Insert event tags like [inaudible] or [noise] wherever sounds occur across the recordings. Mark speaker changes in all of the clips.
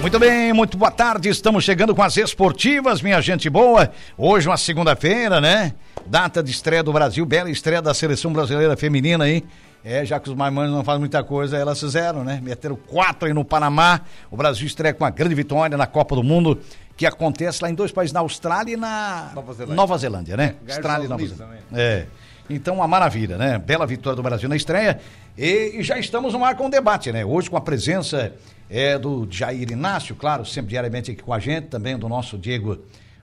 Speaker 1: Muito bem, muito boa tarde. Estamos chegando com as esportivas, minha gente boa. Hoje, uma segunda-feira, né? Data de estreia do Brasil, bela estreia da seleção brasileira feminina aí. É, já que os marmanos não fazem muita coisa, elas fizeram, né? Meteram quatro aí no Panamá. O Brasil estreia com uma grande vitória na Copa do Mundo, que acontece lá em dois países, na Austrália e na
Speaker 2: Nova Zelândia.
Speaker 1: Nova Zelândia, né?
Speaker 2: Ganhar
Speaker 1: Austrália e
Speaker 2: dos
Speaker 1: Nova
Speaker 2: Estados
Speaker 1: Zelândia. É. Então, uma maravilha, né? Bela vitória do Brasil na estreia. E, e já estamos no ar com o debate, né? Hoje, com a presença é, do Jair Inácio, claro, sempre diariamente aqui com a gente, também do nosso Diego,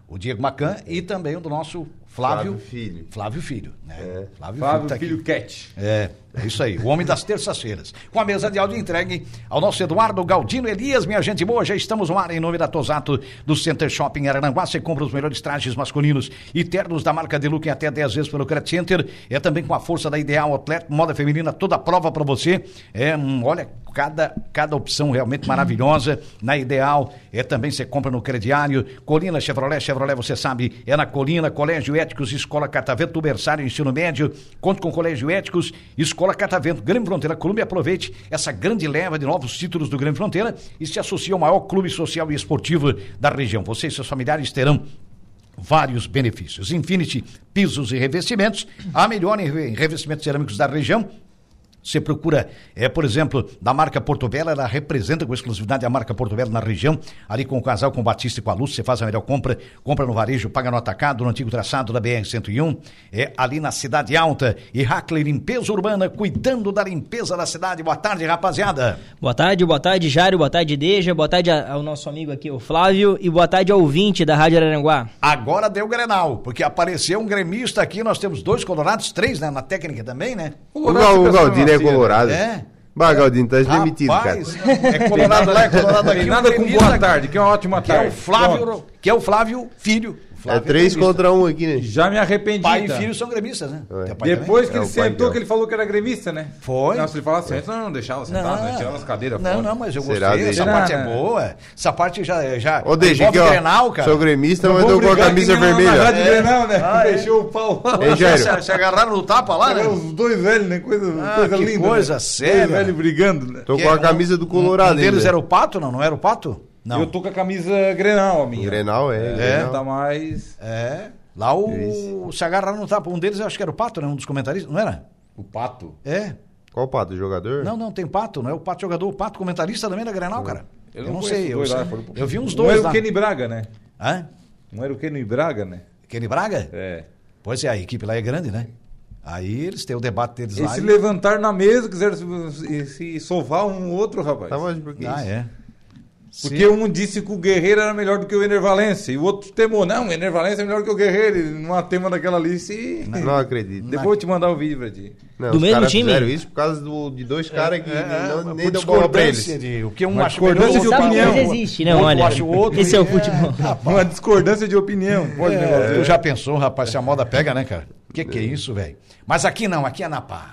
Speaker 1: o Diego Macan, e também do nosso Flávio,
Speaker 2: Flávio Filho. É.
Speaker 1: Flávio Filho, né?
Speaker 2: Flávio,
Speaker 1: tá aqui.
Speaker 2: Filho Cat.
Speaker 1: É, é isso aí. O homem das terças-feiras. Com a mesa de áudio entregue ao nosso Eduardo Galdino Elias, minha gente boa. Já estamos no ar em nome da Tosato, do Center Shopping Arananguá. Você compra os melhores trajes masculinos e ternos da marca de look em até 10 vezes pelo Credit Center. É também com a força da Ideal Atleta, moda feminina, toda a prova para você. É, hum, olha, cada, cada opção realmente maravilhosa. Na Ideal, é também você compra no crediário. Colina Chevrolet, Chevrolet, você sabe, é na Colina, Colégio Éticos, Escola Catavento, Berçário, Ensino Médio. Conto com Colégio Éticos, Escola Catavento, Grande Fronteira, Colômbia. Aproveite essa grande leva de novos títulos do Grande Fronteira e se associe ao maior clube social e esportivo da região. Você e seus familiares terão vários benefícios. Infinity Pisos e Revestimentos, a melhor em re- em revestimentos cerâmicos da região. Você procura, é, por exemplo, da marca Porto Belo, ela representa com exclusividade a marca Porto Belo na região, ali com o casal, com o Batista e com a Lúcia, você faz a melhor compra, compra no varejo, paga no atacado, no antigo traçado da BR-101, é ali na Cidade Alta, e Hackley Limpeza Urbana, cuidando da limpeza da cidade. Boa tarde, rapaziada.
Speaker 3: Boa tarde, boa tarde, Jário, boa tarde, Deja, boa tarde a- ao nosso amigo aqui, o Flávio, e boa tarde ao ouvinte da Rádio Araranguá.
Speaker 1: Agora deu Grenal, porque apareceu um gremista aqui, nós temos dois colorados, três, né, na técnica também, né?
Speaker 2: O
Speaker 4: O, Gal, o Galdino é colorado.
Speaker 1: É?
Speaker 4: Bah, Galdino, tá demitido, cara.
Speaker 1: Rapaz, É colorado lá, é colorado aqui.
Speaker 2: Tem um nada
Speaker 1: o
Speaker 2: com
Speaker 1: gremista
Speaker 2: boa tarde, que é uma ótima
Speaker 1: Que é o
Speaker 2: tarde.
Speaker 1: Flávio,
Speaker 2: Pronto.
Speaker 1: que é o Flávio Filho. O
Speaker 4: É
Speaker 1: Flávio
Speaker 4: três
Speaker 1: gremista.
Speaker 4: contra um aqui, né?
Speaker 2: Já me arrependi.
Speaker 1: Pai e
Speaker 2: tá?
Speaker 1: filho são gremistas, né? Teu pai
Speaker 2: Depois que
Speaker 4: É,
Speaker 2: ele
Speaker 4: o pai
Speaker 2: sentou,
Speaker 4: dela.
Speaker 2: que ele falou que era gremista, né?
Speaker 1: Foi.
Speaker 2: Não, se ele falasse, antes, não, não deixava
Speaker 1: também?
Speaker 2: sentar, não, tirava Tá, as cadeiras
Speaker 1: não,
Speaker 2: fora.
Speaker 1: não, mas eu gostei.
Speaker 4: Será
Speaker 1: essa
Speaker 4: dele?
Speaker 1: parte é
Speaker 2: Será?
Speaker 1: boa. Essa parte já. já
Speaker 4: Ô, deixa
Speaker 1: envolve
Speaker 4: aqui, ó.
Speaker 1: Grenal, cara.
Speaker 4: Sou gremista,
Speaker 2: Vou
Speaker 4: mas eu com a
Speaker 2: brigar
Speaker 4: camisa
Speaker 2: que nem na- Na rádio
Speaker 4: vermelha.
Speaker 2: Grenal, né?
Speaker 1: Ah, é.
Speaker 2: Deixou o pau lá.
Speaker 4: Hein,
Speaker 1: Se,
Speaker 4: Jairo?
Speaker 1: se agarraram no tapa lá, né?
Speaker 2: Os dois velhos, né? Coisa,
Speaker 1: Ah,
Speaker 2: coisa
Speaker 1: que
Speaker 2: linda. né?
Speaker 1: coisa séria.
Speaker 2: Dois velhos brigando, né?
Speaker 4: Tô
Speaker 1: Que
Speaker 4: com a
Speaker 1: é,
Speaker 4: camisa do
Speaker 1: Um
Speaker 4: Colorado
Speaker 1: deles
Speaker 4: ainda.
Speaker 1: era o pato, não? Não era o pato? Não.
Speaker 2: Eu tô com a camisa Grenal,
Speaker 1: um.
Speaker 2: a minha.
Speaker 4: Grenal, é.
Speaker 2: É,
Speaker 4: Grenal.
Speaker 2: tá mais...
Speaker 1: É. Lá o. Se agarraram no tapa. Um deles eu acho que era o pato, né? Um dos comentaristas, não era?
Speaker 2: O Pato.
Speaker 1: É.
Speaker 4: Qual pato? O jogador?
Speaker 1: Não, não, tem pato, não é o pato jogador, o pato comentarista também da Grenal, cara. Eu, não,
Speaker 2: conheço
Speaker 1: sei, eu,
Speaker 2: dois lá,
Speaker 1: sei-
Speaker 2: foram-
Speaker 1: eu vi uns
Speaker 2: Um
Speaker 1: dois
Speaker 2: era
Speaker 1: lá.
Speaker 2: o Kenny Braga, né?
Speaker 1: Hã?
Speaker 2: Um era o Kenny Braga, né?
Speaker 1: Kenny Braga?
Speaker 2: É.
Speaker 1: Pois é, a equipe lá é grande, né? Aí eles têm o debate deles
Speaker 2: Eles
Speaker 1: lá.
Speaker 2: se
Speaker 1: e-
Speaker 2: levantaram na mesa, quiseram se, se sovar um outro, rapaz.
Speaker 4: Tá, mas por que
Speaker 1: Ah,
Speaker 4: isso?
Speaker 1: é.
Speaker 2: Porque um disse que o Guerreiro era melhor do que o Ener Valencia. E o outro temou, não, o Ener Valencia é melhor que o Guerreiro. E Não há tema daquela lista e...
Speaker 1: né?
Speaker 4: Não acredito.
Speaker 2: [laughs] Depois eu te mandar o vídeo pra ti.
Speaker 4: Não,
Speaker 3: Do
Speaker 4: os
Speaker 3: mesmo
Speaker 4: caras
Speaker 3: time?
Speaker 4: fizeram isso por causa do- de dois caras que não-
Speaker 1: É, por
Speaker 4: nem dão bola pra eles.
Speaker 1: discordância de o que um
Speaker 2: Uma
Speaker 1: acha melhor,
Speaker 2: discordância
Speaker 1: o
Speaker 2: de
Speaker 1: outro
Speaker 2: opinião.
Speaker 1: acha
Speaker 3: Mas
Speaker 1: melhor,
Speaker 3: existe,
Speaker 1: o
Speaker 3: não,
Speaker 1: outro
Speaker 3: olha,
Speaker 1: acha o outro,
Speaker 3: [laughs] esse é o
Speaker 1: e- tá.
Speaker 3: futebol.
Speaker 2: Uma discordância de opinião. Pode
Speaker 1: É,
Speaker 2: negócio.
Speaker 1: tu já pensou, rapaz, se a moda pega, né, cara? Que que é isso, velho? Mas aqui não, aqui é na paz.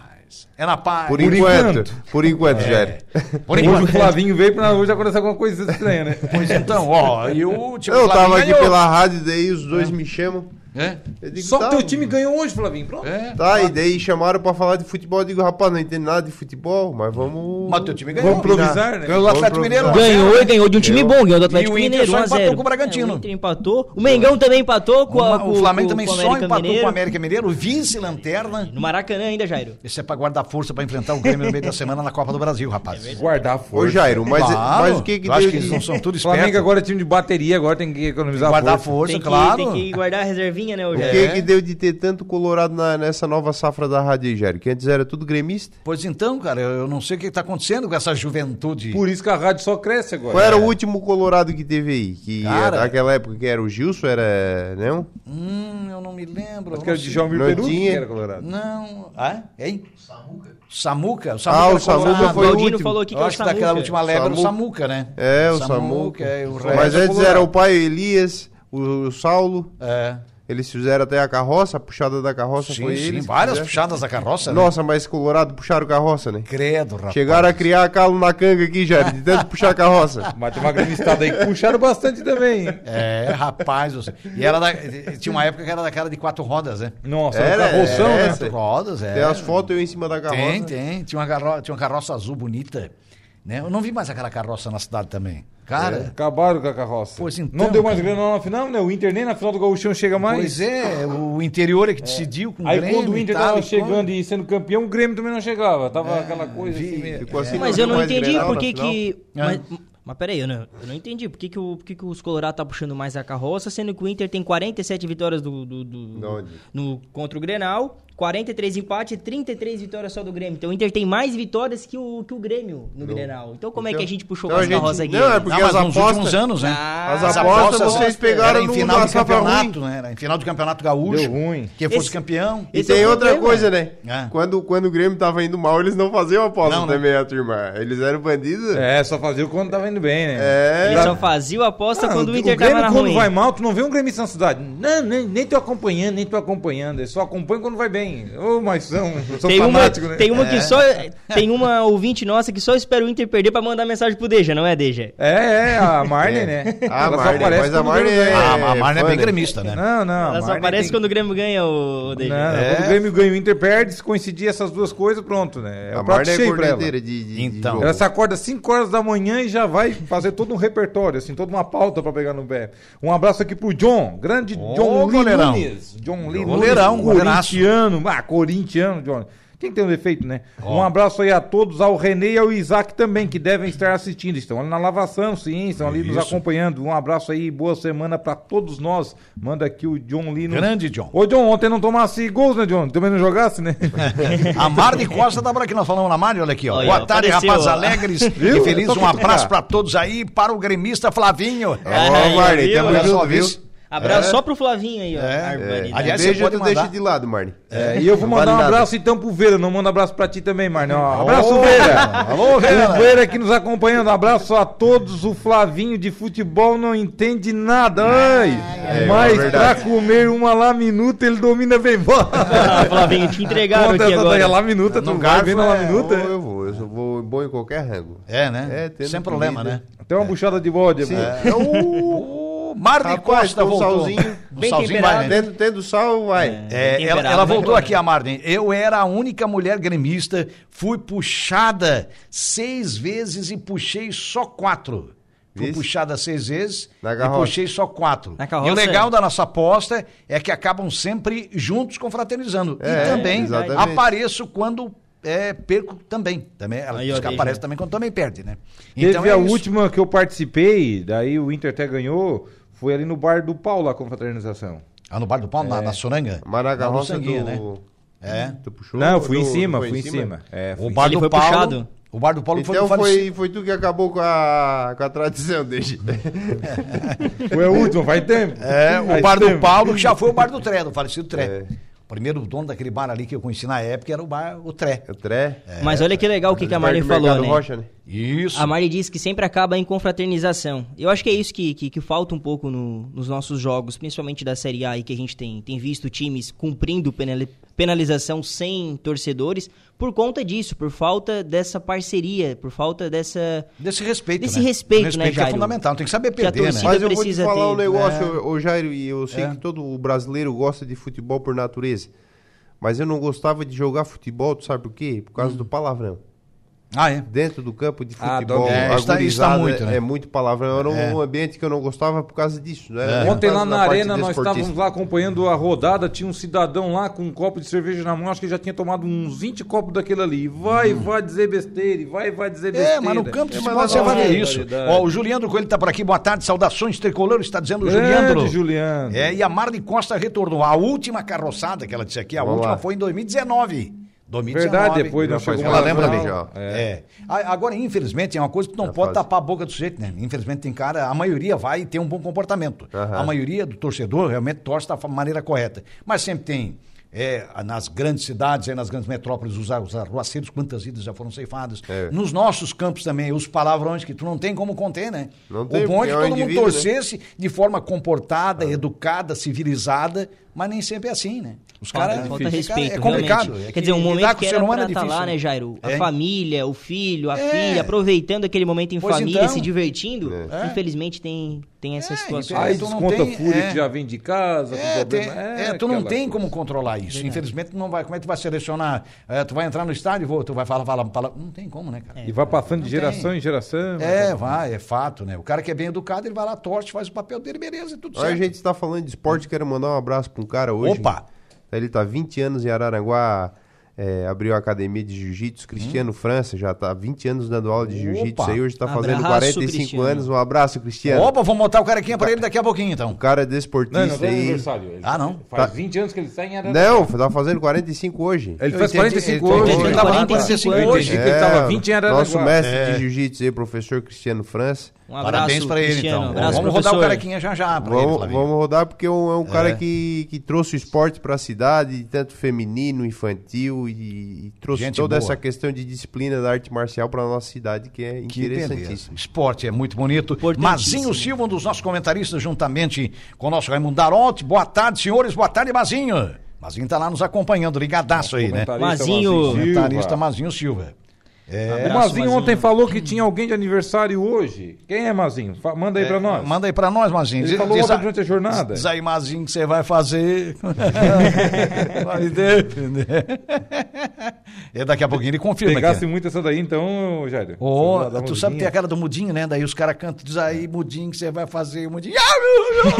Speaker 1: É na paz.
Speaker 4: Por,
Speaker 2: enquanto.
Speaker 4: enquanto. Por enquanto,
Speaker 1: É.
Speaker 4: Jair.
Speaker 1: Por
Speaker 2: Hoje o
Speaker 1: enquanto.
Speaker 2: Flavinho veio pra hoje aconteceu alguma coisa estranha, né?
Speaker 1: Pois então, ó, e Tipo, o time
Speaker 4: Eu
Speaker 1: Flamengo
Speaker 4: tava aqui
Speaker 1: ganhou.
Speaker 4: pela rádio, daí os dois me chamam.
Speaker 1: É?
Speaker 4: Eu digo,
Speaker 2: Só
Speaker 4: tá,
Speaker 2: que teu time ganhou hoje, Flavinho. Pronto.
Speaker 1: É.
Speaker 4: Tá, e daí chamaram pra falar de futebol. Eu digo, rapaz, não entendo nada de futebol, mas vamos.
Speaker 1: Mas teu time ganhou.
Speaker 4: Vamos improvisar,
Speaker 2: Improvisar, né?
Speaker 4: né?
Speaker 1: Ganhou do Atlético Mineiro, um a zero,
Speaker 3: Ganhou
Speaker 1: né?
Speaker 3: e ganhou de um time
Speaker 4: Eu-
Speaker 3: bom, ganhou do Atlético
Speaker 1: E o Inter
Speaker 3: Mineiro,
Speaker 1: só
Speaker 3: 1 a 0.
Speaker 1: empatou com o Bragantino.
Speaker 3: É, o Inter empatou, o Mengão também empatou com, a,
Speaker 1: Uma-
Speaker 3: com
Speaker 1: o Flamengo
Speaker 3: com-
Speaker 1: também
Speaker 3: com o
Speaker 1: só
Speaker 3: América
Speaker 1: empatou
Speaker 3: Mineiro.
Speaker 1: com o América Mineiro, vice-lanterna.
Speaker 3: No Maracanã ainda, Jairo.
Speaker 1: Isso é pra guardar força pra enfrentar o Grêmio no meio da semana na Copa do Brasil,
Speaker 3: É
Speaker 1: rapaz.
Speaker 2: Guardar a
Speaker 4: Ô,
Speaker 2: força.
Speaker 4: Jairo, mas,
Speaker 1: Claro,
Speaker 4: mas o que que
Speaker 1: eu acho
Speaker 4: deu
Speaker 1: que eles
Speaker 4: de-
Speaker 1: não são é tudo
Speaker 2: O Flamengo
Speaker 1: espertos.
Speaker 2: agora é time de bateria, agora tem que economizar
Speaker 1: Guardar
Speaker 2: força.
Speaker 1: força,
Speaker 3: tem, que,
Speaker 1: claro.
Speaker 3: tem que guardar a reservinha, né, o
Speaker 4: O que
Speaker 3: Jairo?
Speaker 1: É.
Speaker 4: que deu de ter tanto colorado na- nessa nova safra da rádio aí, Jair? Que antes era tudo gremista.
Speaker 1: Pois então, cara, eu eu não sei o que tá acontecendo com essa juventude.
Speaker 2: Por isso que a rádio só cresce agora.
Speaker 4: Qual era o último colorado que teve aí? Que
Speaker 1: é. Cara.
Speaker 4: era daquela época que era o Gilson, era. Não?
Speaker 1: Hum, eu não me lembro.
Speaker 2: Acho que era o
Speaker 1: não sei.
Speaker 2: Djalmir
Speaker 4: Não
Speaker 2: Peru que
Speaker 4: tinha.
Speaker 2: era colorado.
Speaker 1: Não. Ah, hein? Samuca. Samuca? O
Speaker 4: Ah,
Speaker 1: era
Speaker 4: o Samuca
Speaker 1: colorado.
Speaker 3: O
Speaker 4: foi o
Speaker 3: Galdino
Speaker 4: último.
Speaker 3: falou aqui
Speaker 1: Eu
Speaker 3: que é o
Speaker 1: acho que daquela
Speaker 3: Samuca.
Speaker 1: última leva era o
Speaker 4: Samuca.
Speaker 1: Samuca, né?
Speaker 4: É, o Samuca.
Speaker 1: é, o resto
Speaker 4: Mas
Speaker 1: é
Speaker 4: antes
Speaker 1: colorado.
Speaker 4: era o pai Elias, o, o Saulo.
Speaker 1: É.
Speaker 4: Eles fizeram até a carroça, a puxada da carroça
Speaker 1: Sim,
Speaker 4: foi
Speaker 1: sim.
Speaker 4: eles. que
Speaker 1: Várias
Speaker 4: fizeram.
Speaker 1: puxadas da carroça. né?
Speaker 4: Nossa, mas Colorado puxaram carroça, né?
Speaker 1: Credo, rapaz.
Speaker 4: Chegaram a criar calo na canga aqui, Jair, de tanto puxar carroça.
Speaker 2: Mas tem uma grande estrada aí que puxaram bastante também. hein?
Speaker 1: É, rapaz. você- E era da... e tinha uma época que era daquela de quatro rodas, né?
Speaker 2: Nossa,
Speaker 4: Era,
Speaker 2: era um carroção,
Speaker 4: era
Speaker 2: né?
Speaker 4: essa.
Speaker 1: Quatro rodas, é.
Speaker 4: Tem as fotos eu em cima da carroça.
Speaker 1: Tem, tem. Tinha uma, carro... tinha uma carroça azul bonita. Né? Eu não vi mais aquela carroça na cidade também. Cara,
Speaker 2: É, Acabaram com a carroça.
Speaker 1: Pois então,
Speaker 2: não deu mais
Speaker 1: cara.
Speaker 2: grana lá na final, né? O Inter nem na final do Gauchão chega mais.
Speaker 1: pois é, o interior é que decidiu com
Speaker 2: Aí
Speaker 1: o Grêmio
Speaker 2: quando o
Speaker 1: e
Speaker 2: Inter
Speaker 1: tal,
Speaker 2: tava
Speaker 1: e
Speaker 2: chegando
Speaker 1: quando- É,
Speaker 2: e sendo campeão, o Grêmio também não chegava. Tava aquela coisa
Speaker 1: vi,
Speaker 2: assim mesmo.
Speaker 4: Ficou assim,
Speaker 3: Mas
Speaker 4: viu
Speaker 3: eu não
Speaker 4: mais
Speaker 3: entendi
Speaker 4: Grenal
Speaker 3: por
Speaker 4: na
Speaker 3: que
Speaker 4: final.
Speaker 3: que...
Speaker 1: Não.
Speaker 3: Mas, mas peraí, eu não, eu não entendi por que que, o, por que que os Colorado tá puxando mais a carroça, sendo que o Inter tem 47 vitórias do, do, do-
Speaker 4: Da onde?
Speaker 3: no, contra o Grenal, 43 empates e 33 vitórias só do Grêmio. Então o Inter tem mais vitórias que o, que o Grêmio no Grenal. Então como é
Speaker 4: Então-
Speaker 3: que a gente puxou
Speaker 4: então
Speaker 3: mais
Speaker 4: a gente-
Speaker 3: carroça aqui?
Speaker 4: não, é
Speaker 3: né?
Speaker 4: porque
Speaker 1: Não, mas
Speaker 4: as
Speaker 1: nos
Speaker 4: apostas-
Speaker 1: últimos anos, né?
Speaker 3: Ah,
Speaker 4: As apostas vocês
Speaker 1: Era
Speaker 4: pegaram
Speaker 1: em
Speaker 4: no
Speaker 1: final
Speaker 4: final
Speaker 1: de
Speaker 4: safra ruim.
Speaker 1: campeonato, né? Era em final de campeonato gaúcho.
Speaker 2: Deu ruim.
Speaker 1: Que fosse
Speaker 3: Esse-
Speaker 1: campeão.
Speaker 4: E
Speaker 3: Esse é
Speaker 4: tem
Speaker 3: o
Speaker 4: outra
Speaker 3: problema.
Speaker 4: coisa, né?
Speaker 1: É.
Speaker 4: Quando, quando o Grêmio tava indo mal, eles não faziam aposta
Speaker 1: Não, né?
Speaker 4: também, a turma. Eles eram bandidos.
Speaker 2: É, só fazia quando tava indo bem, né?
Speaker 4: É.
Speaker 3: Ele só fazia a aposta
Speaker 2: Ah,
Speaker 3: quando o Inter
Speaker 2: Grêmio,
Speaker 3: tava na
Speaker 2: quando
Speaker 3: ruim.
Speaker 2: vai mal, tu não vê um gremista na cidade. Não, nem, nem tô acompanhando, nem tô acompanhando. Eu só acompanho quando vai bem. Ô, mas são, são
Speaker 3: Tem uma,
Speaker 2: fanáticos, né?
Speaker 3: tem uma que só. Tem uma ouvinte nossa que só espera o Inter perder pra mandar mensagem pro Deja, não é, Deja?
Speaker 2: É, é, a Marley, né?
Speaker 4: A
Speaker 2: só
Speaker 4: Marley,
Speaker 2: aparece
Speaker 4: mas a
Speaker 2: quando o
Speaker 4: Marley
Speaker 2: Grêmio ganha.
Speaker 1: Ah, mas a Marna é
Speaker 4: fã,
Speaker 1: bem
Speaker 4: né?
Speaker 1: gremista, né?
Speaker 2: Não, não. a
Speaker 3: Ela só
Speaker 2: Marley
Speaker 3: aparece
Speaker 2: tem-
Speaker 3: quando o Grêmio ganha, o Deja.
Speaker 2: Não,
Speaker 1: É.
Speaker 2: Quando o Grêmio ganha e o Inter perde, se coincidir essas duas coisas, pronto, né? É
Speaker 4: A
Speaker 2: o prato
Speaker 4: Marta é
Speaker 2: cheio pra ela.
Speaker 4: corneteira de, de,
Speaker 1: Então.
Speaker 4: de jogo.
Speaker 2: Ela se acorda às 5 horas da manhã e já vai fazer todo um repertório, assim, toda uma pauta pra pegar no pé. Um abraço aqui pro John, grande
Speaker 1: Ô,
Speaker 2: John Lee
Speaker 1: goleirão.
Speaker 2: Nunes. John Lee
Speaker 1: Goleirão,
Speaker 2: Nunes,
Speaker 1: goleiraço.
Speaker 2: corintiano, ah, corintiano, John. Tem que ter um defeito, né? Um abraço aí a todos, ao Renê e ao Isaac também, que devem estar assistindo. Estão ali na lavação, sim, estão ali nos
Speaker 1: Isso.
Speaker 2: acompanhando. Um abraço aí, boa semana pra todos nós. Manda aqui o John Lee Nunes.
Speaker 1: Grande John.
Speaker 2: Ô, John, ontem não tomasse gols, né, John? Também não
Speaker 1: [laughs]
Speaker 2: jogasse, né?
Speaker 1: A Marne Costa da hora que nós falamos na Marne, olha aqui, ó.
Speaker 3: Olha,
Speaker 1: Boa tarde,
Speaker 3: apareceu,
Speaker 1: rapazes
Speaker 3: ó.
Speaker 1: alegres e
Speaker 2: Viu?
Speaker 1: felizes.
Speaker 2: É só
Speaker 1: Um abraço
Speaker 2: cutucar.
Speaker 1: pra todos aí, para o gremista Flavinho.
Speaker 4: Ó,
Speaker 3: Ai,
Speaker 4: Marley,
Speaker 3: viu?
Speaker 4: tamo
Speaker 3: Olha
Speaker 4: junto,
Speaker 1: só,
Speaker 4: viu?
Speaker 1: viu?
Speaker 3: Abraço só pro Flavinho aí, ó. né?
Speaker 1: É,
Speaker 4: É.
Speaker 3: Barbaridade.
Speaker 1: Aliás,
Speaker 4: Aliás,
Speaker 1: você
Speaker 4: Beijo
Speaker 1: pode
Speaker 4: tu deixa
Speaker 1: mandar.
Speaker 4: de lado, Marne.
Speaker 2: É, e eu vou
Speaker 4: Não vale
Speaker 2: mandar um
Speaker 4: nada.
Speaker 2: abraço então pro Vera, não manda abraço pra ti também, Marlon. Um abraço,
Speaker 1: Ô,
Speaker 2: Vera.
Speaker 1: alô, Vera.
Speaker 2: O Vera aqui nos acompanhando. Abraço a todos. O Flavinho de futebol não entende nada. Ai,
Speaker 4: é, é
Speaker 2: mas pra
Speaker 4: verdade.
Speaker 2: comer uma lá minuta, ele domina bem bola.
Speaker 3: Ah, Flavinho, te [laughs] entregaram
Speaker 2: Conta
Speaker 3: aqui
Speaker 2: essa daí, a
Speaker 3: agora.
Speaker 2: lá minuta,
Speaker 1: No
Speaker 2: tu vai
Speaker 1: garfo
Speaker 2: vendo a lá
Speaker 1: é,
Speaker 2: minuta.
Speaker 4: Eu vou, eu sou vou- bom em qualquer rango.
Speaker 1: É, né?
Speaker 4: É, tendo
Speaker 1: Sem problema,
Speaker 4: comida.
Speaker 1: né?
Speaker 2: Tem uma buchada de bode,
Speaker 4: Sim.
Speaker 2: mano.
Speaker 4: É o-
Speaker 1: O Marne
Speaker 4: Rapaz,
Speaker 1: Costa
Speaker 4: com
Speaker 1: voltou.
Speaker 4: salzinho,
Speaker 1: O
Speaker 3: bem
Speaker 1: salzinho
Speaker 3: temperado.
Speaker 1: vai, né?
Speaker 4: Tendo, tendo sal, vai.
Speaker 1: É,
Speaker 3: Bem
Speaker 1: ela,
Speaker 3: temperado,
Speaker 1: ela
Speaker 3: né?
Speaker 1: voltou aqui, a Marden. Eu era a única mulher gremista, fui puxada seis vezes e puxei só quatro. Fui
Speaker 4: Vixe.
Speaker 1: puxada seis vezes
Speaker 4: Na
Speaker 1: e
Speaker 4: carroça.
Speaker 1: puxei só quatro.
Speaker 3: Na
Speaker 1: E
Speaker 3: carroça,
Speaker 1: o legal
Speaker 3: é.
Speaker 1: da nossa aposta é que acabam sempre juntos confraternizando. e
Speaker 4: É,
Speaker 1: também
Speaker 4: exatamente.
Speaker 1: apareço quando é, perco também. também ela
Speaker 3: Aí,
Speaker 1: diz
Speaker 3: ó,
Speaker 1: que
Speaker 3: beijo.
Speaker 1: aparece também quando também perde, né?
Speaker 2: Teve
Speaker 1: é
Speaker 2: a
Speaker 1: isso.
Speaker 2: última que eu participei, daí o Inter até ganhou, foi ali no bar do Paulo, a confraternização.
Speaker 1: Ah, no Bar do
Speaker 2: É.
Speaker 1: Palmo, na, na Soranga?
Speaker 4: Mas na
Speaker 1: Lá no
Speaker 4: carroça do... Hum.
Speaker 1: Sanguinha, né? É.
Speaker 4: Tu puxou?
Speaker 2: Não, eu fui em
Speaker 4: Tu- tu
Speaker 2: cima,
Speaker 4: foi
Speaker 2: fui em cima. É,
Speaker 1: O
Speaker 2: fui.
Speaker 1: Bar
Speaker 3: Ele
Speaker 1: do
Speaker 3: foi
Speaker 1: Paulo...
Speaker 3: puxado.
Speaker 1: O Bar do Paulo
Speaker 4: Então
Speaker 1: foi,
Speaker 4: foi, foi tu que acabou com a, com a tradição
Speaker 2: [laughs]
Speaker 4: dele.
Speaker 2: Foi a última, faz tempo. [laughs]
Speaker 1: É, o
Speaker 2: Faz
Speaker 1: bar do
Speaker 2: tempo.
Speaker 1: Paulo, que já foi o bar do Tré, do falecido Tré.
Speaker 4: É.
Speaker 1: O primeiro dono daquele bar ali que eu conheci na época era o bar, o Tré.
Speaker 4: O tré.
Speaker 3: Mas olha que legal É o que, que a Marley
Speaker 4: Perto É. do
Speaker 3: falou,
Speaker 4: Mercado
Speaker 3: né?
Speaker 4: Rocha, né?
Speaker 1: Isso.
Speaker 3: A Mari diz que sempre acaba em confraternização. Eu acho que é isso que, que, que falta um pouco no- nos nossos jogos, principalmente da Série A, e que a gente tem, tem visto times cumprindo penali- penalização sem torcedores, por conta disso, por falta dessa parceria, por falta dessa.
Speaker 1: Desse respeito,
Speaker 3: Desse
Speaker 1: né?
Speaker 3: respeito, né,
Speaker 1: que é
Speaker 3: Jairo?
Speaker 1: fundamental, tem que saber
Speaker 3: Que a
Speaker 1: perder,
Speaker 3: torcida-
Speaker 1: né?
Speaker 4: Mas eu vou te
Speaker 3: precisa
Speaker 4: falar
Speaker 3: ter. É.
Speaker 4: um negócio, ô Jairo, e eu sei que todo o brasileiro gosta de futebol por natureza. Mas eu não gostava de jogar futebol, tu sabe por quê? Por
Speaker 3: Hum.
Speaker 4: causa do palavrão.
Speaker 1: Ah, é.
Speaker 4: Dentro do campo de
Speaker 2: Ah,
Speaker 4: futebol,
Speaker 1: dá- é, isso tá-
Speaker 4: a
Speaker 1: isso tá
Speaker 4: gurizada
Speaker 1: muito, né?
Speaker 4: é muito palavrão. Era um
Speaker 1: É.
Speaker 4: ambiente que eu não gostava por causa disso. Né?
Speaker 1: É.
Speaker 4: Era por
Speaker 2: Ontem lá
Speaker 4: causa da
Speaker 2: na
Speaker 4: parte
Speaker 2: arena nós um
Speaker 4: desportista.
Speaker 2: estávamos lá acompanhando a rodada, tinha um cidadão lá com um copo de cerveja na mão, acho que já tinha tomado uns 20 copos daquele ali. Vai, vai dizer besteira, e vai, vai dizer besteira.
Speaker 1: Hum. É, mas no campo de
Speaker 2: É,
Speaker 1: futebol
Speaker 2: mas
Speaker 1: você
Speaker 2: não,
Speaker 1: vai ver
Speaker 2: é
Speaker 1: isso.
Speaker 2: verdade.
Speaker 1: Ó, o Juliandro Coelho tá por aqui, boa tarde, saudações tricolores, está dizendo o
Speaker 2: Grande
Speaker 1: Juliandro.
Speaker 2: Juliandro.
Speaker 1: É, e a Marli Costa retornou. A última carroçada que ela disse aqui, a
Speaker 4: Vamos
Speaker 1: última
Speaker 4: lá.
Speaker 1: foi em 2019. 2019.
Speaker 2: Verdade, depois não
Speaker 4: Já faz
Speaker 2: chegou
Speaker 1: Ela
Speaker 4: Mas
Speaker 1: lembra
Speaker 4: não,
Speaker 1: bem.
Speaker 4: já.
Speaker 1: É. A- Agora, infelizmente, é uma coisa que tu não
Speaker 4: Já
Speaker 1: pode
Speaker 4: faz.
Speaker 1: tapar a boca do sujeito, né? Infelizmente, tem cara, a maioria vai ter um bom comportamento.
Speaker 4: Aham.
Speaker 1: A maioria do torcedor realmente torce da fa- maneira correta. Mas sempre tem é, nas grandes cidades, é, nas grandes metrópoles, os, a- os arruaceiros, quantas vidas já foram ceifadas.
Speaker 4: É.
Speaker 1: Nos nossos campos também, os palavrões que tu não tem como conter, né?
Speaker 4: Não
Speaker 1: o
Speaker 4: tem,
Speaker 1: bom é
Speaker 4: porque
Speaker 1: que
Speaker 4: é um
Speaker 1: todo mundo
Speaker 4: indivíduo, né?
Speaker 1: torcesse de forma comportada, educada, civilizada, mas nem sempre é assim, né? Os
Speaker 3: Falta,
Speaker 1: caras
Speaker 3: falta
Speaker 1: fica-
Speaker 3: respeito,
Speaker 1: é complicado.
Speaker 3: realmente.
Speaker 1: É
Speaker 3: Quer dizer, um
Speaker 1: lidar
Speaker 3: momento
Speaker 1: com
Speaker 3: que
Speaker 1: o ser
Speaker 3: era
Speaker 1: humano
Speaker 3: pra
Speaker 1: é
Speaker 3: estar
Speaker 1: difícil,
Speaker 3: lá,
Speaker 1: né?
Speaker 3: né, Jairo? A
Speaker 1: É.
Speaker 3: família, o filho, a
Speaker 1: É.
Speaker 3: filha, aproveitando aquele momento em
Speaker 1: Pois
Speaker 3: família,
Speaker 1: então.
Speaker 3: se divertindo.
Speaker 1: É.
Speaker 3: Infelizmente tem, tem essa
Speaker 1: É,
Speaker 3: situação.
Speaker 1: entendeu?
Speaker 2: Aí
Speaker 1: tu não
Speaker 2: desconta a
Speaker 1: tem-
Speaker 2: fúria
Speaker 1: é.
Speaker 2: que já vem de casa,
Speaker 1: É,
Speaker 2: com problema.
Speaker 1: tem- é, tu não
Speaker 2: aquela
Speaker 1: tem
Speaker 2: coisa.
Speaker 1: como controlar isso. Infelizmente, tu não vai. Como é que tu vai selecionar? É, tu vai entrar no estádio e vou- tu vai falar, falar, falar. Não tem como, né,
Speaker 3: É.
Speaker 1: cara?
Speaker 2: E vai passando de
Speaker 1: Não tem.
Speaker 2: geração em geração.
Speaker 1: É, vai, é fato, né? O cara que é bem educado, ele vai lá, torce, faz o papel dele, beleza, e tudo
Speaker 4: Olha,
Speaker 1: certo.
Speaker 4: a gente está falando de esporte, quero mandar um abraço para um cara hoje.
Speaker 1: Opa!
Speaker 4: Ele tá 20 anos em Araranguá, é, abriu a academia de jiu-jitsu, Cristiano França, já tá 20 anos dando aula de jiu-jitsu
Speaker 1: Hum. Opa!
Speaker 4: aí, hoje tá fazendo
Speaker 3: Abraço,
Speaker 4: 45
Speaker 3: Cristiano.
Speaker 4: anos. Um abraço, Cristiano.
Speaker 1: Opa, vou montar o carequinha pra ele daqui a pouquinho, então.
Speaker 4: Um cara
Speaker 2: Não, não
Speaker 4: desportista
Speaker 2: tem
Speaker 4: aí.
Speaker 2: aniversário. Ele
Speaker 1: Ah, não. Né?
Speaker 2: Faz
Speaker 4: Tá.
Speaker 2: 20 anos que ele está em Araraquara.
Speaker 4: Não, tá fazendo 45 hoje. É,
Speaker 2: Ele faz
Speaker 1: Eu entendi,
Speaker 2: 45
Speaker 1: eu
Speaker 2: anos.
Speaker 1: entendi, É,
Speaker 3: Ele
Speaker 1: tava lá
Speaker 3: 45
Speaker 1: 45
Speaker 3: anos.
Speaker 1: hoje.
Speaker 2: Ele tava 20 em Araraquara.
Speaker 4: Nosso mestre
Speaker 1: É.
Speaker 4: de jiu-jitsu aí, professor Cristiano França.
Speaker 3: Um abraço,
Speaker 1: Parabéns pra ele,
Speaker 3: Cristiano. Um
Speaker 1: então.
Speaker 3: Abraço,
Speaker 1: vamos
Speaker 3: professor.
Speaker 1: rodar o carequinha já já pra ele,
Speaker 4: Vamos,
Speaker 1: Flavinho.
Speaker 4: vamos rodar porque é um, é um cara que, que trouxe o esporte para a cidade, tanto feminino, infantil, e, e trouxe
Speaker 1: Gente
Speaker 4: toda
Speaker 1: boa.
Speaker 4: essa questão de disciplina da arte marcial para nossa cidade, que é
Speaker 1: Que beleza.
Speaker 4: interessantíssimo.
Speaker 1: Esporte é muito bonito.
Speaker 3: Importantíssimo.
Speaker 1: Mazinho Silva, um dos nossos comentaristas, juntamente com o nosso Raimundo Daronte. Boa tarde, senhores. Boa tarde, Mazinho. Mazinho tá lá nos acompanhando, ligadaço aí, né?
Speaker 2: Comentarista
Speaker 3: Mazinho.
Speaker 2: Silva.
Speaker 1: Comentarista Mazinho Silva.
Speaker 2: O Mazinho ontem falou que tinha alguém de aniversário hoje. Quem é Mazinho? Fa- Manda aí pra nós.
Speaker 1: Manda aí pra nós, Mazinho.
Speaker 2: Ele
Speaker 1: Diz-
Speaker 2: falou
Speaker 1: diz
Speaker 2: ontem
Speaker 1: a-
Speaker 2: durante a jornada.
Speaker 1: Diz aí, Mazinho, que você vai fazer. vai depender. E daqui a pouquinho ele confirma. aqui,
Speaker 2: Pegasse
Speaker 1: né?
Speaker 2: muito essa daí, então, Jair.
Speaker 1: Ô,
Speaker 2: Dá uma
Speaker 1: tu sabe que tem
Speaker 2: olhadinha.
Speaker 1: aquela do Mudinho, né? Daí os caras cantam, diz aí, Mudinho, que você vai fazer, Mudinho. Ah,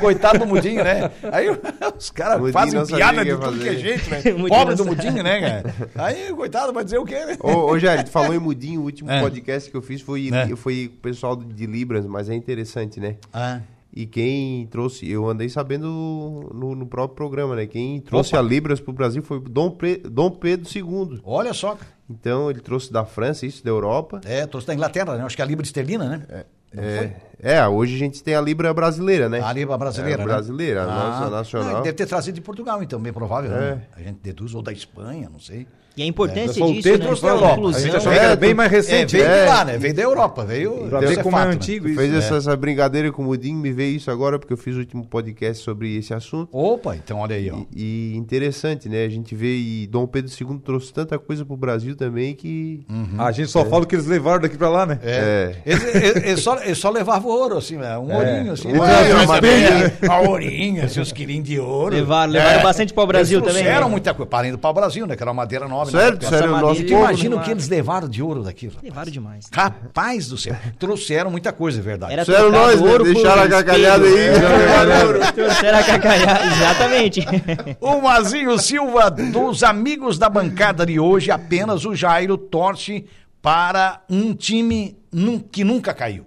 Speaker 1: Coitado do Mudinho, né? Aí os caras
Speaker 4: Mudinho
Speaker 1: fazem
Speaker 4: não sabia
Speaker 1: piada
Speaker 4: o que
Speaker 1: de
Speaker 4: ia
Speaker 1: tudo que é
Speaker 4: fazer.
Speaker 1: jeito, né?
Speaker 3: Mudinho
Speaker 1: Pobre do
Speaker 3: não
Speaker 1: Mudinho, né, cara? Aí, coitado, vai dizer o quê, né?
Speaker 4: Ô, ô Jair, tu falou em Mudinho, o último
Speaker 1: [laughs] É.
Speaker 4: podcast que eu fiz foi,
Speaker 1: É.
Speaker 4: foi com o pessoal de Libras, mas é interessante, né?
Speaker 1: Ah,
Speaker 4: E quem trouxe, eu andei sabendo no, no próprio programa, né? Quem trouxe a Libras pro Brasil foi Dom, Pre- Dom Pedro II.
Speaker 1: olha só. cara.
Speaker 4: Então ele trouxe da França, isso, da Europa.
Speaker 1: É, trouxe da Inglaterra, né? Acho que é a Libra de Estelina, né? Não foi?
Speaker 4: É, hoje a gente tem a Libra brasileira, né?
Speaker 1: A Libra brasileira.
Speaker 4: É,
Speaker 1: né?
Speaker 4: brasileira, a nossa nacional. É.
Speaker 1: Não, ele deve ter trazido de Portugal, então, bem provável. né? A gente deduz, ou da Espanha, não sei.
Speaker 3: E a importância
Speaker 2: Eu
Speaker 3: disso,
Speaker 2: soltei
Speaker 3: né?
Speaker 2: trouxe
Speaker 1: pra
Speaker 3: Pra
Speaker 1: Europa.
Speaker 3: inclusão.
Speaker 1: A gente
Speaker 2: Achava que era bem mais
Speaker 1: É,
Speaker 2: recente.
Speaker 1: veio
Speaker 4: é.
Speaker 1: de lá, né? Veio da Europa, veio.
Speaker 2: Pra
Speaker 1: isso
Speaker 2: ver como é
Speaker 1: fato, né?
Speaker 2: antigo
Speaker 4: Fez
Speaker 2: isso.
Speaker 4: essa, essa brincadeira com o Mudinho, me veio isso agora, porque eu fiz o último podcast sobre esse assunto.
Speaker 1: Opa, então olha aí, ó.
Speaker 4: E interessante, né? A gente vê e Dom Pedro II trouxe tanta coisa pro Brasil também que.
Speaker 1: Hum.
Speaker 2: A gente
Speaker 1: é.
Speaker 2: só fala o que eles levaram daqui pra lá, né?
Speaker 4: É.
Speaker 1: Ele, ele- ele só, ele só levava ouro, assim, né? um ourinho, assim.
Speaker 4: Ué, é
Speaker 1: Ele
Speaker 4: mas
Speaker 1: trazia
Speaker 4: bem,
Speaker 1: a ourinha, assim, os quilinhos de ouro.
Speaker 3: Levaram, levaram bastante para o Brasil
Speaker 1: eles
Speaker 3: também.
Speaker 1: trouxeram
Speaker 3: né?
Speaker 1: muita coisa, para indo para o Brasil, né? Que era uma madeira nobre.
Speaker 4: Sério,
Speaker 1: né?
Speaker 4: sério, o nosso
Speaker 3: maneira.
Speaker 4: povo.
Speaker 1: Imagina o
Speaker 3: né?
Speaker 1: que eles [laughs] levaram de ouro daqui.
Speaker 3: Levaram demais.
Speaker 1: Rapaz do céu. Trouxeram muita coisa, é verdade.
Speaker 3: Era
Speaker 4: Sério,
Speaker 3: trocado
Speaker 4: nós, né?
Speaker 3: ouro por É.
Speaker 4: Deixaram a
Speaker 3: espelho.
Speaker 4: gargalhada
Speaker 3: [laughs]
Speaker 4: aí. né?
Speaker 3: Trouxeram a cacalhada, [laughs] exatamente.
Speaker 1: O Mazinho Um Silva, dos amigos da bancada de hoje, apenas o Jairo torce para um time nun- que nunca caiu.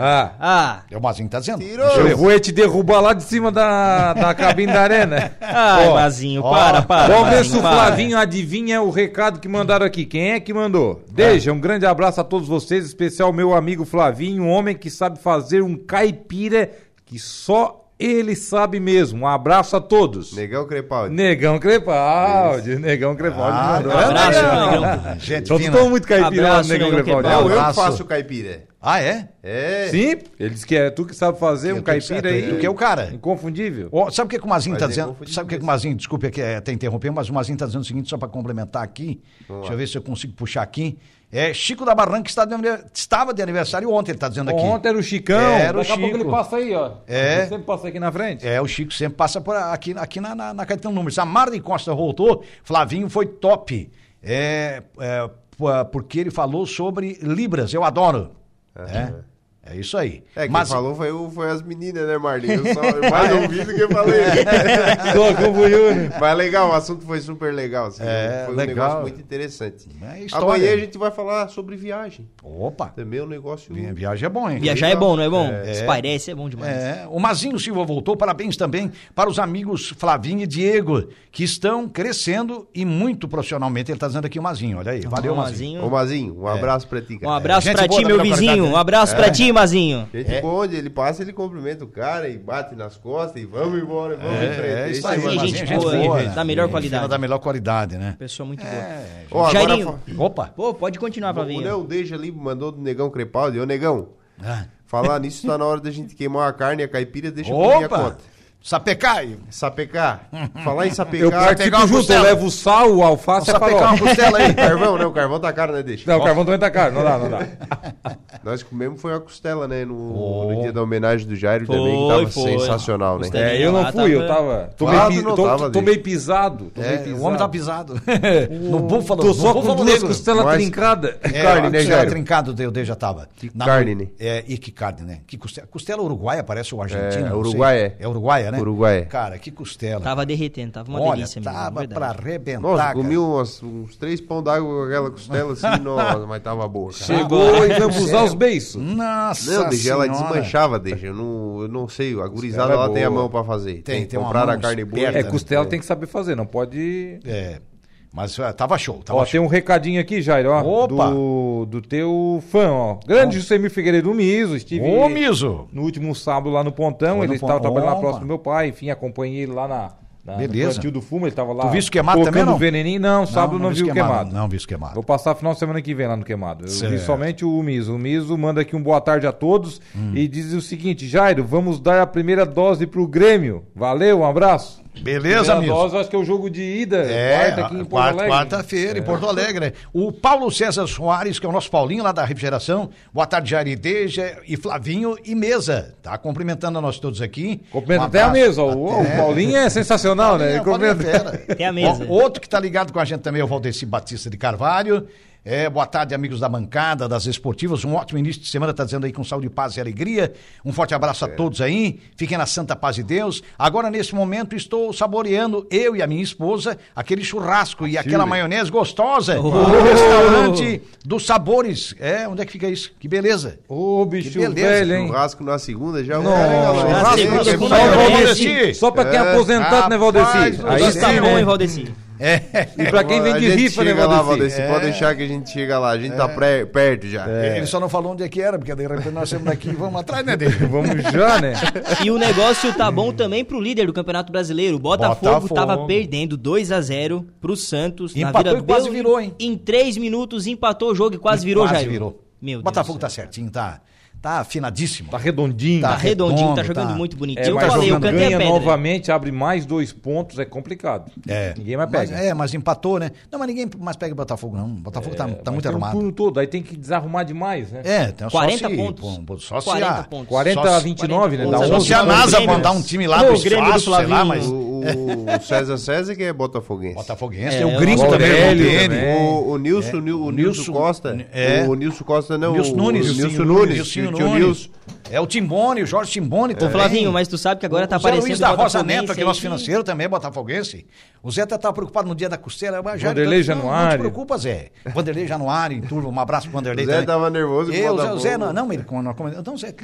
Speaker 2: Ah.
Speaker 3: Ah,
Speaker 1: É o Mazinho que tá dizendo.
Speaker 4: Tirou.
Speaker 1: Não sou
Speaker 2: Eu
Speaker 1: eu.
Speaker 2: vou é te derrubar lá de cima da, da cabine da arena.
Speaker 1: [laughs]
Speaker 3: ai,
Speaker 1: Ó,
Speaker 3: Mazinho,
Speaker 1: ó,
Speaker 3: para, para.
Speaker 2: Vamos ver se o
Speaker 3: Mazinho, para.
Speaker 2: Flavinho adivinha o recado que mandaram aqui. Quem é que mandou? Deja, um grande abraço a todos vocês, especial meu amigo Flavinho, um homem que sabe fazer um caipira que só ele sabe mesmo. Um abraço a todos.
Speaker 4: Negão Crepaldi.
Speaker 2: Negão Crepaldi, Negão Crepaldi
Speaker 1: Ah,
Speaker 2: mandou.
Speaker 1: um abraço,
Speaker 3: Negão.
Speaker 1: Gente,
Speaker 2: Todos
Speaker 1: fina.
Speaker 2: estão muito caipira,
Speaker 3: Abraço,
Speaker 2: Negão
Speaker 3: Negão
Speaker 2: Crepaldi.
Speaker 4: Não, É, eu que
Speaker 1: Abraço.
Speaker 4: faço caipira.
Speaker 1: Ah, é?
Speaker 4: É.
Speaker 2: Sim, ele disse que é tu que sabe fazer um
Speaker 1: Eu tô
Speaker 2: caipira
Speaker 1: certo,
Speaker 2: aí.
Speaker 1: tu que é o cara.
Speaker 2: Inconfundível.
Speaker 1: Ó, sabe o que, que o Mazinho
Speaker 4: Mas
Speaker 1: tá
Speaker 4: é
Speaker 1: dizendo?
Speaker 4: confundido
Speaker 1: Sabe o que, que o
Speaker 4: mesmo.
Speaker 1: Mazinho, desculpe aqui, é, até interromper, mas o Mazinho tá dizendo o seguinte, só para complementar aqui. deixa eu ver se eu consigo puxar aqui. É, Chico da Barranca está de anive- estava de aniversário ontem, ele tá dizendo aqui.
Speaker 2: Ontem era o Chicão,
Speaker 1: Era o
Speaker 2: daqui a pouco
Speaker 1: Chico.
Speaker 2: ele passa aí, ó.
Speaker 1: É.
Speaker 2: Ele sempre passa aqui na frente.
Speaker 1: É, o Chico sempre passa por aqui, aqui na, na, na Caetano Números. A Marley Costa voltou, Flavinho foi top. É, é, p- porque ele falou sobre Libras, eu adoro. É, é isso aí.
Speaker 4: É, quem
Speaker 1: Mas-
Speaker 4: falou foi, o- foi as meninas, né, Marlene?
Speaker 1: [laughs]
Speaker 4: Eu só eu mais ouvi do que falei.
Speaker 1: É.
Speaker 2: Só com o Buiúne.
Speaker 4: Mas é legal, o assunto foi super legal. assim,
Speaker 1: É,
Speaker 4: foi um
Speaker 1: legal.
Speaker 4: negócio muito interessante.
Speaker 1: É história.
Speaker 4: Amanhã a gente vai falar sobre viagem.
Speaker 1: Opa,
Speaker 4: Também é um negócio.
Speaker 1: vi- viagem é bom, hein?
Speaker 3: Viajar é bom, não é bom? Esparece, é bom demais.
Speaker 1: É, o Mazinho Silva voltou, parabéns também para os amigos Flavinho e Diego, que estão crescendo e muito profissionalmente. Ele está dizendo
Speaker 3: Então,
Speaker 1: aqui o Mazinho, olha aí. Valeu, Mazinho. É.
Speaker 4: Ô, Mazinho, um abraço pra ti, cara. É.
Speaker 3: Um abraço
Speaker 1: gente
Speaker 3: pra
Speaker 1: boa
Speaker 3: ti,
Speaker 1: da
Speaker 3: meu
Speaker 1: melhor qualidade,
Speaker 3: vizinho.
Speaker 1: né?
Speaker 3: Um abraço pra ti, Gambazinho.
Speaker 4: Gente
Speaker 1: É.
Speaker 4: boa, onde ele passa, ele cumprimenta o cara e bate nas costas e vamos embora, vamos em frente.
Speaker 1: É,
Speaker 4: É
Speaker 1: isso
Speaker 4: isso
Speaker 1: aí,
Speaker 4: aí,
Speaker 3: Sim,
Speaker 1: Gambazinho,
Speaker 4: mano.
Speaker 3: gente,
Speaker 1: gente
Speaker 3: boa,
Speaker 1: boa,
Speaker 3: gente
Speaker 1: né?
Speaker 3: da melhor
Speaker 1: Fila
Speaker 3: qualidade.
Speaker 1: da melhor qualidade, né?
Speaker 3: Pessoa
Speaker 1: É.
Speaker 3: muito boa.
Speaker 4: Ó, agora
Speaker 3: Jairinho.
Speaker 1: Opa!
Speaker 3: Pô, pode continuar,
Speaker 4: fa- O
Speaker 3: Flavinho.
Speaker 4: Léo Deja ali mandou do Negão Crepaldi. Ô, Negão,
Speaker 1: Ah.
Speaker 4: falar [laughs] nisso, tá na hora da gente queimar a carne e a caipira, deixa por minha
Speaker 1: Opa!
Speaker 4: conta.
Speaker 1: Sapecai!
Speaker 4: Sapecar. Falar em sapecar.
Speaker 2: Eu
Speaker 1: pegar uma
Speaker 2: participo junto, eu
Speaker 1: costela.
Speaker 2: levo o sal, o alface e a
Speaker 4: Sapecar uma
Speaker 2: farofa.
Speaker 4: costela aí. Carvão, né? O carvão tá caro, né? Deixa.
Speaker 2: Não, o carvão também tá caro, não dá, não dá.
Speaker 4: Nós comemos foi uma costela, né? No,
Speaker 1: Oh.
Speaker 4: no dia da homenagem do Jairo
Speaker 3: Foi,
Speaker 4: também, que tava
Speaker 3: foi.
Speaker 4: sensacional, né?
Speaker 3: Costela.
Speaker 2: É, eu não
Speaker 3: Ah,
Speaker 2: fui, eu
Speaker 3: tava-
Speaker 2: tava. Tomei,
Speaker 4: Claro,
Speaker 2: pi-
Speaker 4: não
Speaker 2: to-
Speaker 4: tava,
Speaker 2: tomei pisado. Tomei
Speaker 1: É,
Speaker 2: pisado.
Speaker 1: o homem tá pisado. no búfalo.
Speaker 2: Tô
Speaker 1: no
Speaker 2: só com
Speaker 1: búfalo
Speaker 2: duas
Speaker 1: negro.
Speaker 2: costelas
Speaker 4: Mas-
Speaker 2: trincadas.
Speaker 1: É,
Speaker 4: Carne,
Speaker 1: a
Speaker 4: né,
Speaker 1: costela
Speaker 4: Jairo?
Speaker 1: trincado de- eu já tava.
Speaker 4: Que carne, né?
Speaker 1: É, e que carne, né? Que costela, costela uruguaia, parece ou argentina. não
Speaker 4: É,
Speaker 1: sei.
Speaker 4: uruguaia.
Speaker 1: É uruguaia, né?
Speaker 4: Uruguaia.
Speaker 1: Cara, que costela.
Speaker 3: Tava derretendo, tava uma
Speaker 1: Olha,
Speaker 3: delícia mesmo.
Speaker 1: tava
Speaker 3: verdade.
Speaker 1: pra arrebentar,
Speaker 4: Nossa,
Speaker 1: cara.
Speaker 4: comi umas- uns três pão d'água com aquela costela assim, nossa, mas tava boa, cara.
Speaker 2: Chegou e vamos usar os beiços.
Speaker 1: Nossa
Speaker 4: Não, é deixa ela
Speaker 1: senhora.
Speaker 4: desmanchava, deixa. Eu não, eu não sei, a gurizada
Speaker 2: Costela é
Speaker 4: ela tem a
Speaker 2: boa.
Speaker 4: mão pra fazer.
Speaker 1: Tem, tem uma
Speaker 4: comprar a
Speaker 1: mão
Speaker 4: carne boa.
Speaker 1: esperta,
Speaker 2: É,
Speaker 4: É,
Speaker 1: né?
Speaker 2: costela tem que saber fazer, não pode.
Speaker 1: É, mas ah, tava show, tava
Speaker 2: Ó,
Speaker 1: show.
Speaker 2: tem um recadinho aqui, Jairo, ó.
Speaker 1: Opa!
Speaker 2: Do, do teu fã, ó. Grande Jusemir Figueiredo Miso, estive.
Speaker 1: Ô, Miso!
Speaker 2: No último sábado lá no Pontão,
Speaker 1: Foi
Speaker 2: ele
Speaker 1: no
Speaker 2: estava
Speaker 1: Pontão.
Speaker 2: trabalhando lá
Speaker 1: Opa.
Speaker 2: próximo do meu pai, enfim, acompanhei ele lá na, na no
Speaker 1: Beleza.
Speaker 2: plantio do fumo, ele estava lá.
Speaker 1: Tu viu isso queimado
Speaker 2: tocando
Speaker 1: também, não?
Speaker 2: veneninho, não, sábado não, viu queimado.
Speaker 1: Não, viu
Speaker 2: Vou
Speaker 1: queimado.
Speaker 2: passar final de semana que vem lá no Queimado. Eu vi
Speaker 1: Certo.
Speaker 2: somente o Miso. O Miso manda aqui um boa tarde a todos
Speaker 1: Hum.
Speaker 2: e diz o seguinte: Jairo, vamos dar a primeira dose pro Grêmio. Valeu, um abraço.
Speaker 1: Beleza,
Speaker 2: primeira
Speaker 1: Miso?
Speaker 2: dose, eu acho que é o jogo de ida.
Speaker 1: É,
Speaker 2: quarta aqui em Porto
Speaker 1: quarta-
Speaker 2: Alegre.
Speaker 1: quarta-feira em Porto Alegre. né? O Paulo César Soares, que é o nosso Paulinho lá da Refrigeração, boa tarde, Jarideja e Flavinho e Mesa. Tá cumprimentando a nós todos aqui.
Speaker 2: Cumprimento
Speaker 1: Um
Speaker 2: É. até a
Speaker 1: abraço.
Speaker 2: mesa. O, o Paulinho é sensacional, né? Ele
Speaker 1: É, Paulinho é
Speaker 2: cumprimenta-
Speaker 1: fera.
Speaker 3: Até a mesa.
Speaker 1: Ó, outro que está ligado com a gente também é o Valdeci Batista de Carvalho. É, boa tarde, amigos da bancada, das esportivas. Um ótimo início de semana, está dizendo aí com saúde, paz e alegria. Um forte abraço a todos aí. Fiquem na santa paz de Deus. Agora, nesse momento, estou saboreando, eu e a minha esposa, aquele churrasco e aquela maionese gostosa no restaurante dos sabores. É, onde é que fica isso? Que beleza.
Speaker 2: Ô, bicho
Speaker 1: Que beleza,
Speaker 2: velho, hein?
Speaker 4: Churrasco na segunda já. um
Speaker 2: Não,
Speaker 1: Ah,
Speaker 3: churrasco na
Speaker 4: é
Speaker 1: um
Speaker 3: segunda
Speaker 2: Só, o
Speaker 3: Valdeci.
Speaker 2: Valdeci. Só pra quem é
Speaker 4: É,
Speaker 2: aposentado, né,
Speaker 4: rapaz,
Speaker 2: Valdeci?
Speaker 4: Valdeci.
Speaker 2: Aí
Speaker 3: Aí
Speaker 2: está
Speaker 3: tá bom, hein,
Speaker 2: bom.
Speaker 3: Valdeci?
Speaker 1: É.
Speaker 2: E pra quem vem de
Speaker 4: A gente
Speaker 2: rifa, né,
Speaker 4: chega lá,
Speaker 2: Valdeci?
Speaker 4: Valdeci, Pode deixar que a gente chega lá. A gente tá pré- perto já.
Speaker 1: Ele só não falou onde é que era, porque de repente nós saímos daqui e vamos atrás, né, dele? [laughs]
Speaker 2: Vamos já, né?
Speaker 3: E o negócio tá bom também pro líder do Campeonato Brasileiro. O Botafogo,
Speaker 1: Botafogo.
Speaker 3: tava perdendo 2 a 0 pro Santos.
Speaker 1: Empatou
Speaker 3: na Vila
Speaker 1: e quase
Speaker 3: Belmiro.
Speaker 1: virou, hein?
Speaker 3: Em 3 minutos empatou o jogo e quase
Speaker 1: E
Speaker 3: virou,
Speaker 1: quase
Speaker 3: Jair.
Speaker 1: virou.
Speaker 3: Meu
Speaker 1: o Botafogo tá
Speaker 3: Deus. do céu.
Speaker 1: certinho, tá, tá afinadíssimo.
Speaker 2: [laughs] Tá redondinho.
Speaker 3: Tá redondinho, tá
Speaker 1: redondo,
Speaker 3: jogando
Speaker 1: tá.
Speaker 3: muito bonito.
Speaker 2: É,
Speaker 3: eu
Speaker 2: mas
Speaker 3: falei, eu
Speaker 2: jogando
Speaker 3: cantei a
Speaker 2: ganha
Speaker 3: pedra.
Speaker 2: novamente, abre mais dois pontos, é complicado.
Speaker 1: É.
Speaker 2: Ninguém mais
Speaker 1: Mas-
Speaker 2: pega.
Speaker 1: é, mas empatou, né? Não, mas ninguém mais pega o Botafogo, não. O Botafogo
Speaker 3: É,
Speaker 1: tá, tá
Speaker 2: Mas
Speaker 1: muito
Speaker 2: tem um
Speaker 1: armado.
Speaker 2: turno todo, aí tem que desarrumar demais, né?
Speaker 1: É, então
Speaker 3: 40
Speaker 1: só se,
Speaker 3: né? pontos.
Speaker 1: pô, um, Só se
Speaker 3: 40
Speaker 1: a,
Speaker 3: pontos.
Speaker 2: 40
Speaker 1: só
Speaker 2: a
Speaker 1: se-
Speaker 2: 29, né? Dá
Speaker 3: Só
Speaker 2: 11
Speaker 1: Só um se a
Speaker 3: Não,
Speaker 2: pontos.
Speaker 1: NASA
Speaker 3: Grêmio.
Speaker 1: mandar um time lá
Speaker 3: Pô,
Speaker 1: do
Speaker 3: o Grêmio do
Speaker 1: espaço, sei lá,
Speaker 3: Flavinho.
Speaker 1: mas...
Speaker 4: O, o- o César César que é botafoguense.
Speaker 1: Botafoguense,
Speaker 3: É,
Speaker 1: tem o
Speaker 3: o
Speaker 1: Gringo também, o
Speaker 2: Aurélio
Speaker 1: Dene.
Speaker 2: também. É.
Speaker 4: O, o Nilson, o, Nil- o Nilson,
Speaker 1: Nilson,
Speaker 2: né,
Speaker 4: Costa.
Speaker 1: é.
Speaker 4: O Nilson Costa não.
Speaker 1: Nilson Nunes.
Speaker 4: O Nilson
Speaker 1: Nilson
Speaker 4: Nunes.
Speaker 1: Nilson
Speaker 4: o tio
Speaker 1: Nunes.
Speaker 4: Nilson.
Speaker 1: É o Timbone, o Jorge Timbone
Speaker 3: Ô,
Speaker 1: também.
Speaker 3: Flavinho, mas tu sabe que agora tá
Speaker 1: o Zé
Speaker 3: aparecendo
Speaker 1: Luiz da Rosa
Speaker 3: botafoguense
Speaker 1: Neto, que é
Speaker 3: aí
Speaker 1: nosso
Speaker 3: que-
Speaker 1: financeiro também é botafoguense. O Zé tá, tá preocupado no dia da costela. Mas já, então,
Speaker 2: Vanderlei
Speaker 1: não, Não te
Speaker 2: Januário.
Speaker 1: preocupa, Zé. Vanderlei Januário, turma, um abraço pro Vanderlei.
Speaker 4: Zé
Speaker 1: também.
Speaker 4: tava nervoso com o
Speaker 1: Eu, Zé,
Speaker 4: Botafogo.
Speaker 1: Zé, não, não, ele, como, como, então, Zé,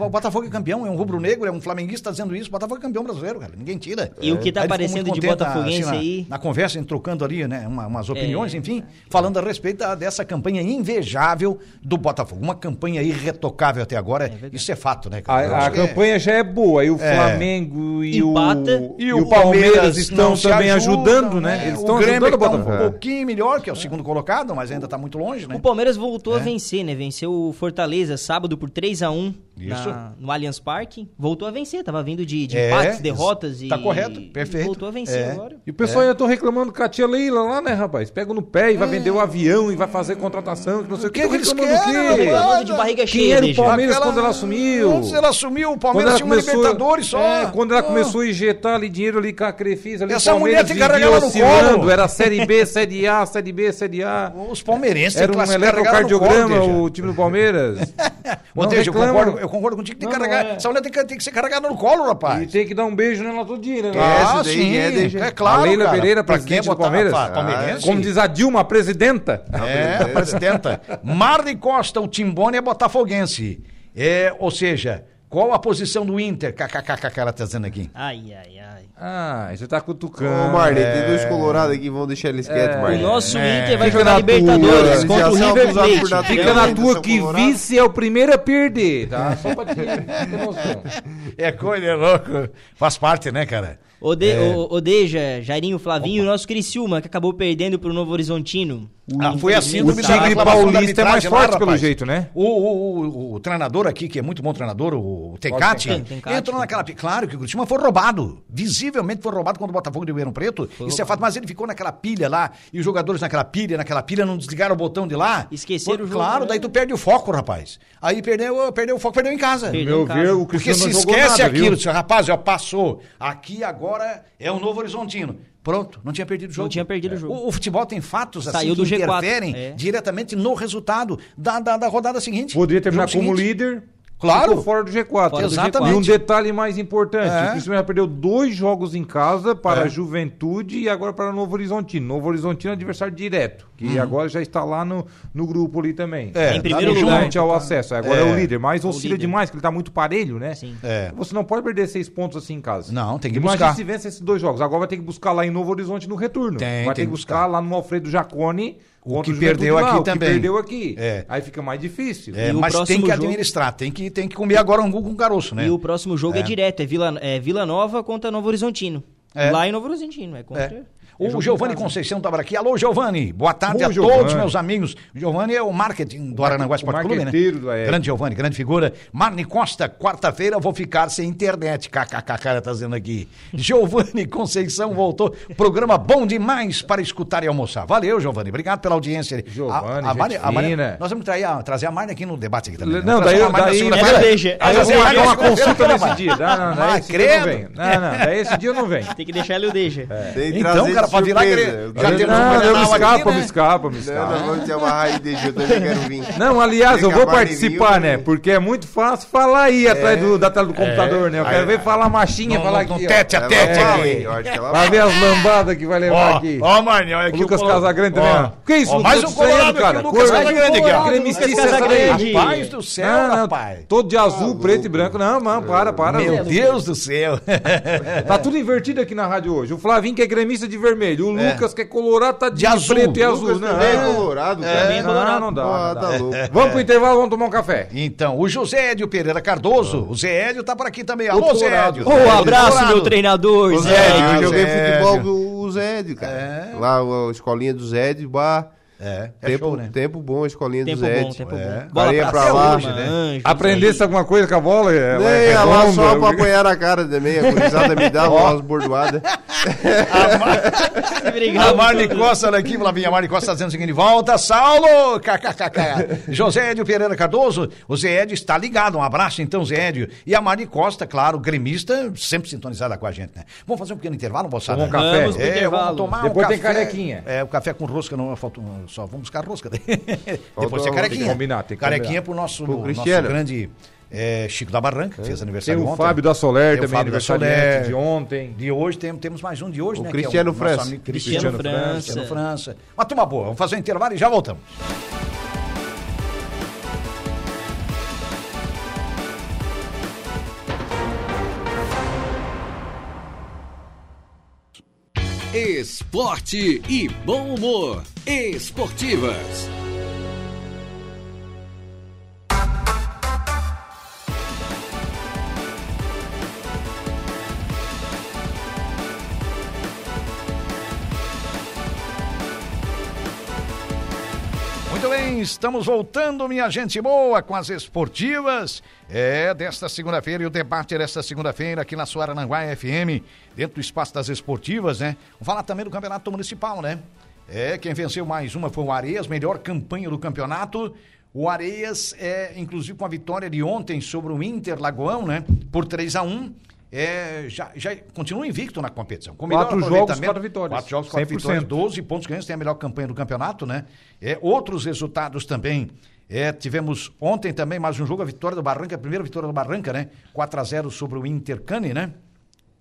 Speaker 1: o Botafogo é campeão, é um rubro-negro, é um flamenguista tá dizendo isso. O Botafogo é campeão brasileiro, cara. Ninguém tira.
Speaker 3: E o que tá
Speaker 1: Aí ele ficou
Speaker 3: aparecendo
Speaker 1: muito
Speaker 3: de
Speaker 1: contente,
Speaker 3: botafoguense
Speaker 1: na-
Speaker 3: aí?
Speaker 1: Na conversa, em trocando ali, né, uma- umas opiniões, enfim, falando a respeito da- dessa campanha invejável do Botafogo. Uma campanha irretocável até agora. isso é fato, né,
Speaker 2: A,
Speaker 1: Eu
Speaker 2: a
Speaker 1: acho que é-
Speaker 2: campanha já é boa, e o Flamengo e,
Speaker 3: Empata.
Speaker 2: o, e o Palmeiras
Speaker 1: não
Speaker 2: estão
Speaker 1: se
Speaker 2: também
Speaker 1: ajudam,
Speaker 2: ajudando, né? Eles estão
Speaker 1: o Grêmio
Speaker 2: ajudando o
Speaker 1: tá
Speaker 2: Botafogo.
Speaker 1: um pouquinho melhor, que é o segundo colocado, mas ainda tá muito longe, né?
Speaker 3: O Palmeiras voltou a vencer, né? Venceu o Fortaleza sábado por 3 a 1
Speaker 1: Isso.
Speaker 3: na- no Allianz Parque. Voltou a vencer, tava vindo de, de
Speaker 1: É,
Speaker 3: empates, derrotas e
Speaker 1: tá correto, perfeito.
Speaker 3: Voltou a vencer
Speaker 1: É. É.
Speaker 3: agora.
Speaker 2: E o pessoal ainda tô reclamando com a tia Leila lá, né, rapaz? Pega no pé e vai vender o avião e vai fazer contratação, que não sei o que.
Speaker 1: que eles
Speaker 2: Reclamando do
Speaker 1: querem,
Speaker 2: quê?
Speaker 1: rapaz?
Speaker 3: Reclamando de barriga cheia,
Speaker 2: Dinheiro
Speaker 3: deixa.
Speaker 2: do Palmeiras quando ela assumiu.
Speaker 1: Quando ela assumiu, o Palmeiras tinha um Libertadores só.
Speaker 2: É, quando ela
Speaker 1: Ah.
Speaker 2: começou a injetar ali dinheiro ali com a Crefisa, ali o
Speaker 1: Essa
Speaker 2: Palmeiras
Speaker 1: mulher tem que carregar
Speaker 2: vivia
Speaker 1: ela no
Speaker 2: oscilando,
Speaker 1: colo.
Speaker 2: Era
Speaker 1: [laughs]
Speaker 2: Série B, Série A, Série B, Série A.
Speaker 1: Os palmeirenses
Speaker 2: Era um
Speaker 1: classificaram no
Speaker 2: eletrocardiograma
Speaker 1: colo, Deja.
Speaker 2: o time do Palmeiras.
Speaker 1: [laughs] Ô,
Speaker 2: Não
Speaker 1: Deja, eu,
Speaker 2: reclama.
Speaker 1: concordo, eu concordo contigo que tem que
Speaker 2: Não,
Speaker 1: carregar.
Speaker 2: não é.
Speaker 1: Essa mulher tem que, tem que ser carregada no colo, rapaz.
Speaker 2: E tem que dar um beijo nela todo dia, né?
Speaker 4: Ah,
Speaker 1: É,
Speaker 4: essa daí é, Deja.
Speaker 1: é claro.
Speaker 2: A Leila
Speaker 1: cara.
Speaker 2: Pereira,
Speaker 1: Pra
Speaker 2: presidente
Speaker 1: quem
Speaker 2: do
Speaker 1: botar-
Speaker 2: Palmeiras.
Speaker 1: Ah, palmeirense.
Speaker 2: Como diz a Dilma, a presidenta.
Speaker 1: É, a presidenta. Marley Costa, o Timbone é botafoguense. É, ou seja, Qual a posição do Inter? KKKK, cara tá dizendo aqui.
Speaker 3: Ai, ai, ai.
Speaker 2: Ah, você tá cutucando. É.
Speaker 4: Ô, Marley, tem dois colorados aqui, vamos deixar eles quietos,
Speaker 3: O
Speaker 4: Marley.
Speaker 3: nosso
Speaker 1: É.
Speaker 3: Inter vai
Speaker 2: Fica
Speaker 3: jogar
Speaker 2: na
Speaker 4: tua,
Speaker 3: Libertadores
Speaker 4: né?
Speaker 3: contra o
Speaker 4: Já são
Speaker 3: River
Speaker 4: acusados por dar
Speaker 3: Plate.
Speaker 2: Fica na tua
Speaker 4: São
Speaker 2: que
Speaker 4: Colorado.
Speaker 2: vice é o primeiro a perder, tá? Só pra
Speaker 1: [laughs]
Speaker 2: te ter noção.
Speaker 1: É coisa louca. Faz parte, né, cara?
Speaker 3: Ode, o- Odeja, Jairinho, Flavinho, o nosso Criciúma, que acabou perdendo pro Novo Horizontino.
Speaker 1: Ah, foi assim
Speaker 2: O Tigre Paulista é mais forte pelo jeito, né?
Speaker 1: O, o, o- o treinador aqui, que é muito bom treinador, o Tencati,
Speaker 3: Tencati. Tencati.
Speaker 1: entrou naquela. pi- Claro que o Curitiba foi roubado. Visivelmente foi roubado quando o Botafogo de Ribeirão Preto. Isso é fato, mas ele ficou naquela pilha lá, e os jogadores naquela pilha, naquela pilha, não desligaram o botão de lá.
Speaker 3: Esqueceram
Speaker 1: Pô,
Speaker 3: o jogo,
Speaker 1: Claro,
Speaker 3: né?
Speaker 1: daí tu perde o foco, rapaz. Aí perdeu, perdeu o foco, perdeu em casa.
Speaker 3: Perdeu.
Speaker 2: Meu ver, o
Speaker 1: um Porque
Speaker 2: Cristiano
Speaker 1: se
Speaker 2: não jogou
Speaker 1: esquece
Speaker 2: nada, viu?
Speaker 1: aquilo, seu rapaz, ó, passou. Aqui agora é o Novo Horizontino. Pronto, não tinha perdido o jogo. É.
Speaker 3: tinha perdido o jogo.
Speaker 1: O, futebol tem fatos assim
Speaker 3: Saiu
Speaker 1: que
Speaker 3: do G4,
Speaker 1: interferem
Speaker 3: é.
Speaker 1: diretamente no resultado da, da, da rodada seguinte.
Speaker 2: Poderia terminar
Speaker 1: Jogo
Speaker 2: como
Speaker 1: seguinte.
Speaker 2: líder.
Speaker 1: Claro.
Speaker 2: ficou fora do
Speaker 3: Fora
Speaker 2: G4.
Speaker 3: do
Speaker 1: Exatamente.
Speaker 2: E um detalhe mais importante:
Speaker 1: É.
Speaker 2: o Cristiano já perdeu dois jogos em casa para
Speaker 1: É.
Speaker 2: a Juventude e agora para o Novo Horizontino. Novo Horizontino é adversário direto, que agora já está lá no, no grupo ali também.
Speaker 1: Uhum. É,
Speaker 3: Em primeiro
Speaker 1: tá no
Speaker 3: lugar. né?
Speaker 1: jogo.
Speaker 2: Junto ao acesso. Agora é,
Speaker 1: É.
Speaker 2: o líder, mas oscila
Speaker 3: líder.
Speaker 2: demais, que ele está muito parelho, né?
Speaker 3: Sim.
Speaker 1: É.
Speaker 2: Você não pode perder seis pontos assim em casa.
Speaker 1: Não, tem que
Speaker 2: Imagina
Speaker 1: buscar.
Speaker 2: se vence esses dois jogos. Agora vai ter que buscar lá em Novo Horizonte no retorno.
Speaker 1: Tem, tem
Speaker 2: vai ter
Speaker 1: que
Speaker 2: que buscar,
Speaker 1: buscar.
Speaker 2: lá no Alfredo Jacone.
Speaker 1: O
Speaker 2: contra
Speaker 1: que
Speaker 2: Juventude
Speaker 1: perdeu
Speaker 2: lá,
Speaker 1: aqui
Speaker 2: o que
Speaker 1: também.
Speaker 2: perdeu aqui.
Speaker 1: É.
Speaker 2: Aí fica mais difícil.
Speaker 1: É,
Speaker 3: E o
Speaker 1: mas tem
Speaker 3: próximo
Speaker 1: que
Speaker 3: jogo-
Speaker 1: administrar, tem, que, tem que comer agora um gol com caroço, né?
Speaker 3: E o próximo jogo é, direto, é Vila, é Vila Nova contra Novo Horizontino.
Speaker 1: É.
Speaker 3: Lá em Novo Horizontino, é contra...
Speaker 1: É. O Giovanni Conceição estava aqui. Alô, Giovanni. Boa tarde
Speaker 2: Ô,
Speaker 1: a todos,
Speaker 2: Giovanni.
Speaker 1: meus amigos. O Giovanni é o marketing do Aranaguá Esporte Clube, né?
Speaker 2: marqueteiro do é. AER.
Speaker 1: Grande Giovanni, grande figura. Marne Costa, quarta-feira eu vou ficar sem internet. KKKK, ela tá dizendo
Speaker 2: [laughs]
Speaker 1: aqui. Giovanni Conceição voltou. Programa bom demais para escutar e almoçar. Valeu, Giovanni. Obrigado pela audiência.
Speaker 2: Giovanni,
Speaker 1: Marne-
Speaker 2: gente
Speaker 1: Marne-
Speaker 2: fina.
Speaker 1: Nós vamos trair a- trazer a Marne aqui no debate aqui também. né?
Speaker 2: Não,
Speaker 1: Vamos trazer
Speaker 2: daí-
Speaker 1: a Marne na
Speaker 2: daí-
Speaker 1: segunda-feira.
Speaker 3: Ela veja.
Speaker 1: Aí
Speaker 3: Aí
Speaker 1: eu
Speaker 3: eu
Speaker 1: vou
Speaker 2: Vai
Speaker 1: marcar
Speaker 2: dar uma consulta
Speaker 1: nesse
Speaker 2: nesse dia. Não, não, daí
Speaker 1: Ah,
Speaker 2: esse dia não
Speaker 1: credo.
Speaker 2: vem. Não, não, daí esse dia não vem.
Speaker 3: Tem que deixar ele o deixa.
Speaker 4: Tem que
Speaker 1: Então,
Speaker 4: trazer
Speaker 1: cara, pode virar
Speaker 4: surpresa.
Speaker 1: igreja.
Speaker 4: Eu
Speaker 1: Já temos um
Speaker 2: Não, eu me
Speaker 1: Pantanal aqui,
Speaker 2: escapa,
Speaker 1: né?
Speaker 2: me escapa, me
Speaker 4: Não,
Speaker 2: escapa.
Speaker 4: não, vamos te amarrar aí, deixa, eu também quero vir.
Speaker 2: Não, aliás, eu
Speaker 4: Tem
Speaker 2: vou
Speaker 4: capaz de
Speaker 2: participar,
Speaker 4: vir,
Speaker 2: né?
Speaker 4: né?
Speaker 2: Porque é muito fácil falar aí atrás do, da tela do computador, né? Eu quero ver falar machinha,
Speaker 1: É. Não,
Speaker 2: falar
Speaker 1: não, não,
Speaker 2: aqui. ó.
Speaker 1: tete a
Speaker 4: Ela
Speaker 1: tete
Speaker 4: vai
Speaker 1: aqui.
Speaker 4: vir, eu acho que ela
Speaker 2: Vai
Speaker 4: vai.
Speaker 2: ver as lambadas que vai levar
Speaker 1: Ó,
Speaker 2: aqui.
Speaker 1: ó, Marne, olha aqui.
Speaker 2: O Lucas
Speaker 1: colo-
Speaker 2: Casagrande
Speaker 1: Ó.
Speaker 2: também. ó. Que isso,
Speaker 1: Ó,
Speaker 2: Lucas?
Speaker 1: mais um
Speaker 2: Tô saindo,
Speaker 1: colorado aqui,
Speaker 2: cara.
Speaker 1: o Lucas
Speaker 2: Cor-
Speaker 1: Casagrande aqui, ó.
Speaker 2: Cor- Gremista,
Speaker 3: Lucas
Speaker 2: essa daí.
Speaker 3: Casagrande.
Speaker 1: Rapaz do céu,
Speaker 2: Não, não,
Speaker 1: rapaz.
Speaker 2: Todo de azul, preto e branco. Não, não, para, para.
Speaker 1: Meu
Speaker 2: não.
Speaker 1: Deus do céu. [laughs]
Speaker 2: Tá tudo invertido aqui na rádio hoje. O Flavinho que é gremista de vermelho. O Lucas que é colorado tá de,
Speaker 1: De azul.
Speaker 2: preto e
Speaker 4: Lucas
Speaker 2: azul. Não,
Speaker 4: também é colorado, cara.
Speaker 2: não, não, não dá.
Speaker 4: Ah,
Speaker 2: não
Speaker 4: tá
Speaker 2: dá.
Speaker 4: louco.
Speaker 2: Vamos pro intervalo, vamos tomar um café.
Speaker 1: Então, o José Hélio Pereira Cardoso, o Zé Hélio tá por aqui também. Alô,
Speaker 4: Outro
Speaker 1: Zé
Speaker 4: colorado.
Speaker 1: Hélio.
Speaker 4: Ô,
Speaker 3: Um
Speaker 1: Zé Hélio
Speaker 3: abraço,
Speaker 1: colorado.
Speaker 3: meu treinador,
Speaker 4: Ô,
Speaker 3: Zé.
Speaker 4: Zé, Ed,
Speaker 1: Ah,
Speaker 4: eu joguei
Speaker 1: Zé.
Speaker 4: futebol com o Zé, Ed, cara.
Speaker 2: É.
Speaker 4: Lá, a escolinha do Zé, Ed, bah.
Speaker 1: É, é
Speaker 4: tempo,
Speaker 1: show, né?
Speaker 4: tempo bom a escolinha
Speaker 3: Tempo
Speaker 4: do Zé.
Speaker 3: bom,
Speaker 4: Ed.
Speaker 3: tempo
Speaker 4: É.
Speaker 3: bom. Bola
Speaker 4: Areia
Speaker 3: pra,
Speaker 4: pra
Speaker 3: cima,
Speaker 4: lá, né?
Speaker 3: Anjos,
Speaker 2: Aprendesse
Speaker 3: aí.
Speaker 2: alguma coisa com a bola? Ela
Speaker 4: É,
Speaker 2: é
Speaker 4: lá
Speaker 2: redonda.
Speaker 4: só pra apanhar a cara também, a gurizada me
Speaker 3: [laughs]
Speaker 4: dá umas bordoadas.
Speaker 1: A
Speaker 3: Obrigado.
Speaker 1: Marne Costa, olha aqui, Flavinha. A Marne Costa está dizendo o seguinte: volta, Saulo! [laughs] KKKK. José Edio Pereira Cardoso, o Zé Edio está ligado. Um abraço, então, Zé Edio. E a Marne Costa, claro, gremista, sempre sintonizada com a gente, né? Vamos fazer um pequeno intervalo, moçada?
Speaker 2: Tomar um café.
Speaker 3: Vamos pro
Speaker 1: É,
Speaker 3: intervalo.
Speaker 1: vamos tomar
Speaker 2: Depois
Speaker 1: um
Speaker 2: tem
Speaker 1: café.
Speaker 2: carequinha.
Speaker 1: É, o café com rosca não falta um- só vamos buscar rosca. [laughs] Depois
Speaker 4: Faltou-
Speaker 1: tem
Speaker 4: tem que
Speaker 1: carequinha.
Speaker 2: combinar, tem que
Speaker 1: carequinha pro
Speaker 2: combinar.
Speaker 1: nosso,
Speaker 4: Pro
Speaker 1: nosso
Speaker 4: Cristiano.
Speaker 1: grande eh, Chico da Barranca, que fez
Speaker 2: É. Tem
Speaker 1: aniversário
Speaker 2: o
Speaker 1: ontem.
Speaker 2: Fábio da
Speaker 1: Tem
Speaker 2: Soler
Speaker 1: o
Speaker 2: também,
Speaker 1: Fábio da
Speaker 2: aniversariante
Speaker 1: Soler.
Speaker 2: de ontem.
Speaker 1: De hoje tem- temos mais um de hoje,
Speaker 4: O
Speaker 1: né?
Speaker 4: Cristiano
Speaker 1: que é o nosso
Speaker 4: França.
Speaker 1: amigo
Speaker 3: Cristiano
Speaker 1: Cristiano França.
Speaker 3: França.
Speaker 1: Cristiano França. Mas turma boa, vamos fazer um intervalo e já voltamos.
Speaker 5: Esporte e bom humor. Esportivas.
Speaker 1: Muito bem, estamos voltando, minha gente boa, com as esportivas. É, desta segunda-feira e o debate é desta segunda-feira aqui na sua Arananguá FM, dentro do espaço das esportivas, né? Vamos falar também do Campeonato Municipal, né? É, quem venceu mais uma foi o Areias, melhor campanha do campeonato. O Areias, é, inclusive com a vitória de ontem sobre o Inter Lagoão, né? Por 3 a 1 é, já, já continua invicto na competição. Com melhor
Speaker 2: Quatro jogos,
Speaker 1: aproveitamento-
Speaker 2: quatro vitórias.
Speaker 1: Quatro jogos, quatro
Speaker 2: 100%.
Speaker 1: vitórias, 12 pontos ganhos, tem a melhor campanha do campeonato, né? É, outros resultados também. É, tivemos ontem também mais um jogo, a vitória do Barranca, a primeira vitória do Barranca, né? 4 a 0 sobre o Intercane, né?